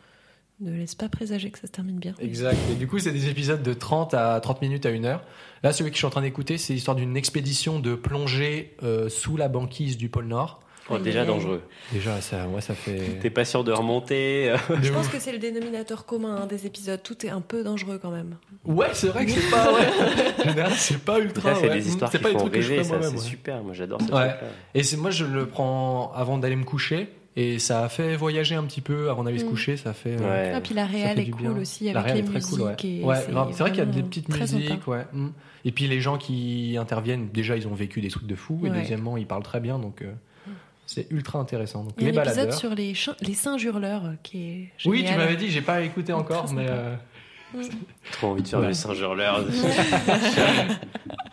[SPEAKER 3] ne laisse pas présager que ça se termine bien.
[SPEAKER 4] Exact. Et du coup, c'est des épisodes de 30 à 30 minutes à 1 heure. Là, celui que je suis en train d'écouter, c'est l'histoire d'une expédition de plongée euh, sous la banquise du pôle Nord.
[SPEAKER 2] Oh,
[SPEAKER 3] Aïe,
[SPEAKER 2] déjà
[SPEAKER 3] aïe, aïe.
[SPEAKER 2] dangereux.
[SPEAKER 4] Déjà, ça, ouais, ça
[SPEAKER 2] T'es
[SPEAKER 4] fait.
[SPEAKER 2] pas sûr de remonter. euh,
[SPEAKER 4] De
[SPEAKER 3] Je pense
[SPEAKER 4] ouf.
[SPEAKER 3] que c'est le dénominateur commun hein, des épisodes. Tout est un peu dangereux quand même.
[SPEAKER 4] Ouais, c'est vrai que c'est pas. Ouais. En général, c'est pas ultra.
[SPEAKER 2] Ça, c'est
[SPEAKER 4] ouais. mm,
[SPEAKER 2] des histoires
[SPEAKER 4] C'est
[SPEAKER 2] qui
[SPEAKER 4] pas des
[SPEAKER 2] font
[SPEAKER 4] trucs que je
[SPEAKER 2] rêver,
[SPEAKER 4] fais
[SPEAKER 2] ça.
[SPEAKER 4] moi-même,
[SPEAKER 2] C'est
[SPEAKER 4] ouais.
[SPEAKER 2] super. Moi, j'adore ce
[SPEAKER 4] Ouais.
[SPEAKER 2] truc-là.
[SPEAKER 4] Et c'est moi je le prends avant d'aller me coucher et ça a fait voyager un petit peu avant d'aller se
[SPEAKER 3] Mm.
[SPEAKER 4] coucher, ça fait euh,
[SPEAKER 2] Ouais.
[SPEAKER 3] Ah, puis la
[SPEAKER 4] ça
[SPEAKER 3] réelle
[SPEAKER 4] fait
[SPEAKER 3] est
[SPEAKER 4] du
[SPEAKER 3] cool
[SPEAKER 4] bien.
[SPEAKER 3] aussi avec
[SPEAKER 4] la réelle
[SPEAKER 3] les
[SPEAKER 4] est très
[SPEAKER 3] musiques.
[SPEAKER 4] cool ouais.
[SPEAKER 3] et
[SPEAKER 4] Ouais,
[SPEAKER 3] c'est
[SPEAKER 4] non, c'est vrai qu'il y a des
[SPEAKER 3] vraiment
[SPEAKER 4] petites
[SPEAKER 3] très sympa.
[SPEAKER 4] musiques ouais. Mm. Et puis les gens qui interviennent déjà ils ont vécu des trucs de fou et
[SPEAKER 3] Ouais. Hmm.
[SPEAKER 4] deuxièmement ils parlent très bien donc euh, c'est ultra intéressant. Donc
[SPEAKER 3] Il y a
[SPEAKER 4] les
[SPEAKER 3] un épisode
[SPEAKER 4] baladeurs.
[SPEAKER 3] sur les, chi- les singes hurleurs euh, qui est
[SPEAKER 4] Oui, tu
[SPEAKER 3] génial.
[SPEAKER 4] m'avais dit, j'ai pas écouté encore
[SPEAKER 3] Très
[SPEAKER 4] mais
[SPEAKER 3] sympa.
[SPEAKER 4] euh,
[SPEAKER 2] Trop envie de faire
[SPEAKER 4] Ouais.
[SPEAKER 2] le singe hurleur. je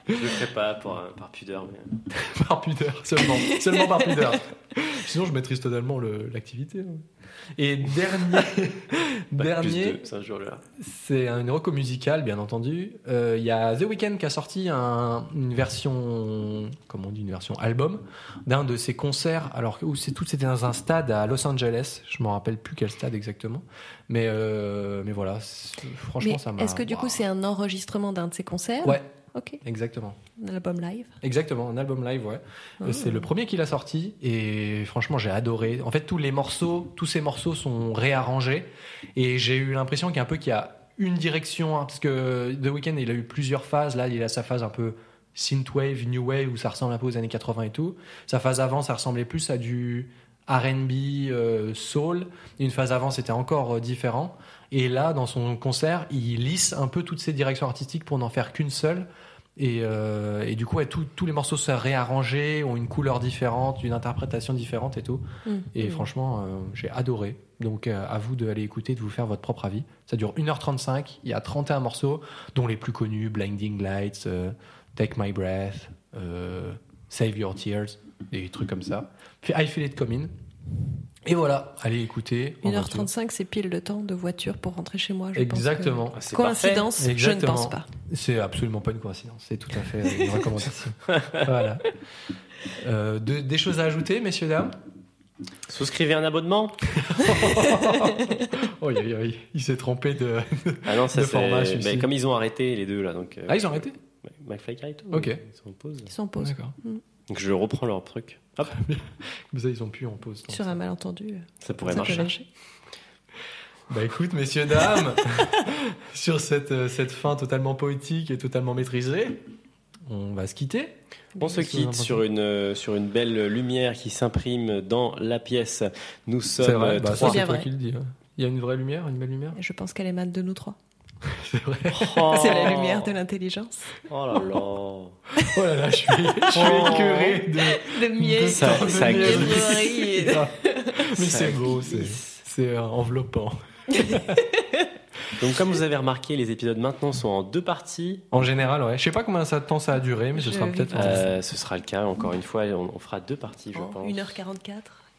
[SPEAKER 2] le ferai pas pour, euh, par pudeur. Mais...
[SPEAKER 4] par pudeur seulement, seulement par pudeur. Sinon je maîtrise totalement le- l'activité. hein. Et dernier
[SPEAKER 2] Pas
[SPEAKER 4] dernier
[SPEAKER 2] plus de singe hurleur.
[SPEAKER 4] C'est une reco musicale, bien entendu. Euh, Il y a The Weeknd qui a sorti un- une version, comment on dit, une version album d'un de ses concerts. Alors que- où c'est tout, c'était dans un stade à Los Angeles. Je m'en rappelle plus quel stade exactement, mais euh, mais voilà. c'est- Franchement,
[SPEAKER 3] Mais
[SPEAKER 4] ça m'a.
[SPEAKER 3] Est-ce que du coup
[SPEAKER 4] Waouh.
[SPEAKER 3] c'est un enregistrement d'un de ses concerts
[SPEAKER 4] Ouais,
[SPEAKER 3] Ok,
[SPEAKER 4] exactement,
[SPEAKER 3] un album live.
[SPEAKER 4] exactement, un album live, ouais.
[SPEAKER 3] Ah.
[SPEAKER 4] Euh, C'est le premier qu'il a sorti et franchement j'ai adoré. En fait tous les morceaux, tous ces morceaux sont réarrangés et j'ai eu l'impression qu'il y a un peu qu'il y a une direction hein, parce que The Weeknd il a eu plusieurs phases. Là il a sa phase un peu synthwave, new wave où ça ressemble un peu aux années 80 et tout. Sa phase avant ça ressemblait plus à du R&B, euh, soul. Une phase avant c'était encore euh, différent. Et là dans son concert il lisse un peu toutes ces directions artistiques pour n'en faire qu'une seule. Et, euh, et du coup, ouais, tous- tous les morceaux sont réarrangés, ont une couleur différente, une interprétation différente et tout.
[SPEAKER 3] Mm.
[SPEAKER 4] Et
[SPEAKER 3] Mm.
[SPEAKER 4] franchement, euh, j'ai adoré. Donc euh, à vous d'aller écouter, de vous faire votre propre avis. Ça dure 1h35, il y a 31 morceaux, dont les plus connus, Blinding Lights, euh, Take My Breath, euh, Save Your Tears, des trucs comme ça. Puis I Feel It Coming. Et voilà, allez écouter. en voiture.
[SPEAKER 3] 1h35, c'est pile le temps de voiture pour rentrer chez moi. Je pense que-
[SPEAKER 4] Exactement.
[SPEAKER 2] Ah, c'est
[SPEAKER 3] Coïncidence,
[SPEAKER 4] parfait.
[SPEAKER 3] je ne
[SPEAKER 4] Exactement.
[SPEAKER 3] pense pas.
[SPEAKER 4] C'est absolument pas une coïncidence, c'est tout à fait une recommandation. voilà. Euh, de- des choses à ajouter, messieurs, dames
[SPEAKER 2] parfait. Souscrivez un abonnement
[SPEAKER 4] Oh, oui, oui, il s'est trompé de.
[SPEAKER 2] Ah non, ça
[SPEAKER 4] De format,
[SPEAKER 2] c'est.
[SPEAKER 4] celui-ci.
[SPEAKER 2] Mais comme ils ont arrêté les deux là, donc. euh,
[SPEAKER 4] Ah, ils ont arrêté
[SPEAKER 2] McFly et tout.
[SPEAKER 4] Ok.
[SPEAKER 2] Ils sont en pause.
[SPEAKER 3] Ils sont en pause.
[SPEAKER 4] D'accord.
[SPEAKER 3] Mm.
[SPEAKER 2] Donc je reprends leur truc. Hop,
[SPEAKER 4] Comme ça, ils ont pu en pause.
[SPEAKER 3] Sur un malentendu, euh,
[SPEAKER 2] ça pourrait
[SPEAKER 3] ça peut
[SPEAKER 2] marcher.
[SPEAKER 3] marcher.
[SPEAKER 4] Bah écoute, messieurs, dames, sur cette, euh, cette fin totalement poétique et totalement maîtrisée, on va se quitter.
[SPEAKER 2] On se quitte sur une, euh, sur une belle lumière qui s'imprime dans la pièce. Nous
[SPEAKER 4] C'est
[SPEAKER 2] sommes
[SPEAKER 4] vrai,
[SPEAKER 2] euh,
[SPEAKER 4] bah, ça,
[SPEAKER 2] trois.
[SPEAKER 3] c'est bien
[SPEAKER 4] toi
[SPEAKER 3] vrai.
[SPEAKER 4] qui le dis, hein. Il y a une vraie lumière, une belle lumière
[SPEAKER 3] Je pense qu'elle émane de nous trois.
[SPEAKER 4] C'est vrai.
[SPEAKER 2] Oh.
[SPEAKER 3] C'est la lumière de l'intelligence.
[SPEAKER 2] Oh là là.
[SPEAKER 4] Oh là là, je suis, je suis
[SPEAKER 2] Oh.
[SPEAKER 4] écœuré de...
[SPEAKER 3] Le miel,
[SPEAKER 2] Ça-
[SPEAKER 4] de
[SPEAKER 2] ça
[SPEAKER 4] miel.
[SPEAKER 3] glisse.
[SPEAKER 4] Putain. Mais
[SPEAKER 2] Ça
[SPEAKER 4] c'est beau, c'est
[SPEAKER 2] glisse.
[SPEAKER 4] c'est, euh, enveloppant.
[SPEAKER 2] Donc comme vous avez remarqué, les épisodes maintenant sont en deux parties.
[SPEAKER 4] En général, ouais. Je sais pas combien ça, de temps ça a duré, mais ce
[SPEAKER 3] Je
[SPEAKER 4] sera
[SPEAKER 3] vais
[SPEAKER 4] peut-être...
[SPEAKER 3] pas.
[SPEAKER 2] Euh, ce sera le cas, encore une fois, on, on fera deux parties, je
[SPEAKER 3] en
[SPEAKER 2] pense.
[SPEAKER 3] 1h44,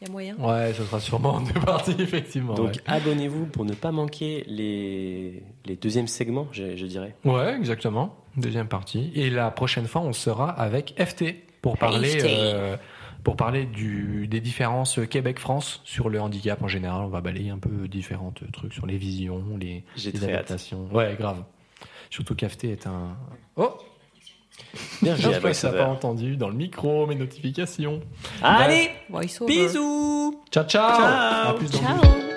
[SPEAKER 3] il y a moyen.
[SPEAKER 4] Ouais, ce sera sûrement en deux parties, effectivement.
[SPEAKER 2] Donc
[SPEAKER 4] ouais.
[SPEAKER 2] abonnez-vous pour ne pas manquer les, les deuxièmes segments, je, je dirais.
[SPEAKER 4] Ouais, exactement. Deuxième partie. Et la prochaine fois, on sera avec FT pour parler,
[SPEAKER 3] FT.
[SPEAKER 4] euh, pour parler du, des différences Québec-France sur le handicap en général. On va balayer un peu différents trucs sur les visions, les,
[SPEAKER 2] J'ai
[SPEAKER 4] les
[SPEAKER 2] très hâte.
[SPEAKER 4] adaptations. Ouais, grave. Surtout qu'FT est un. Oh
[SPEAKER 2] Bien
[SPEAKER 4] Je
[SPEAKER 2] joué,
[SPEAKER 4] crois que ça n'a pas
[SPEAKER 2] Alexander.
[SPEAKER 4] entendu dans le micro, mes notifications.
[SPEAKER 2] Allez,
[SPEAKER 4] Bah,
[SPEAKER 3] Voice over.
[SPEAKER 2] bisous
[SPEAKER 4] Ciao, ciao,
[SPEAKER 2] Ciao.
[SPEAKER 4] À plus dans deux
[SPEAKER 3] Ciao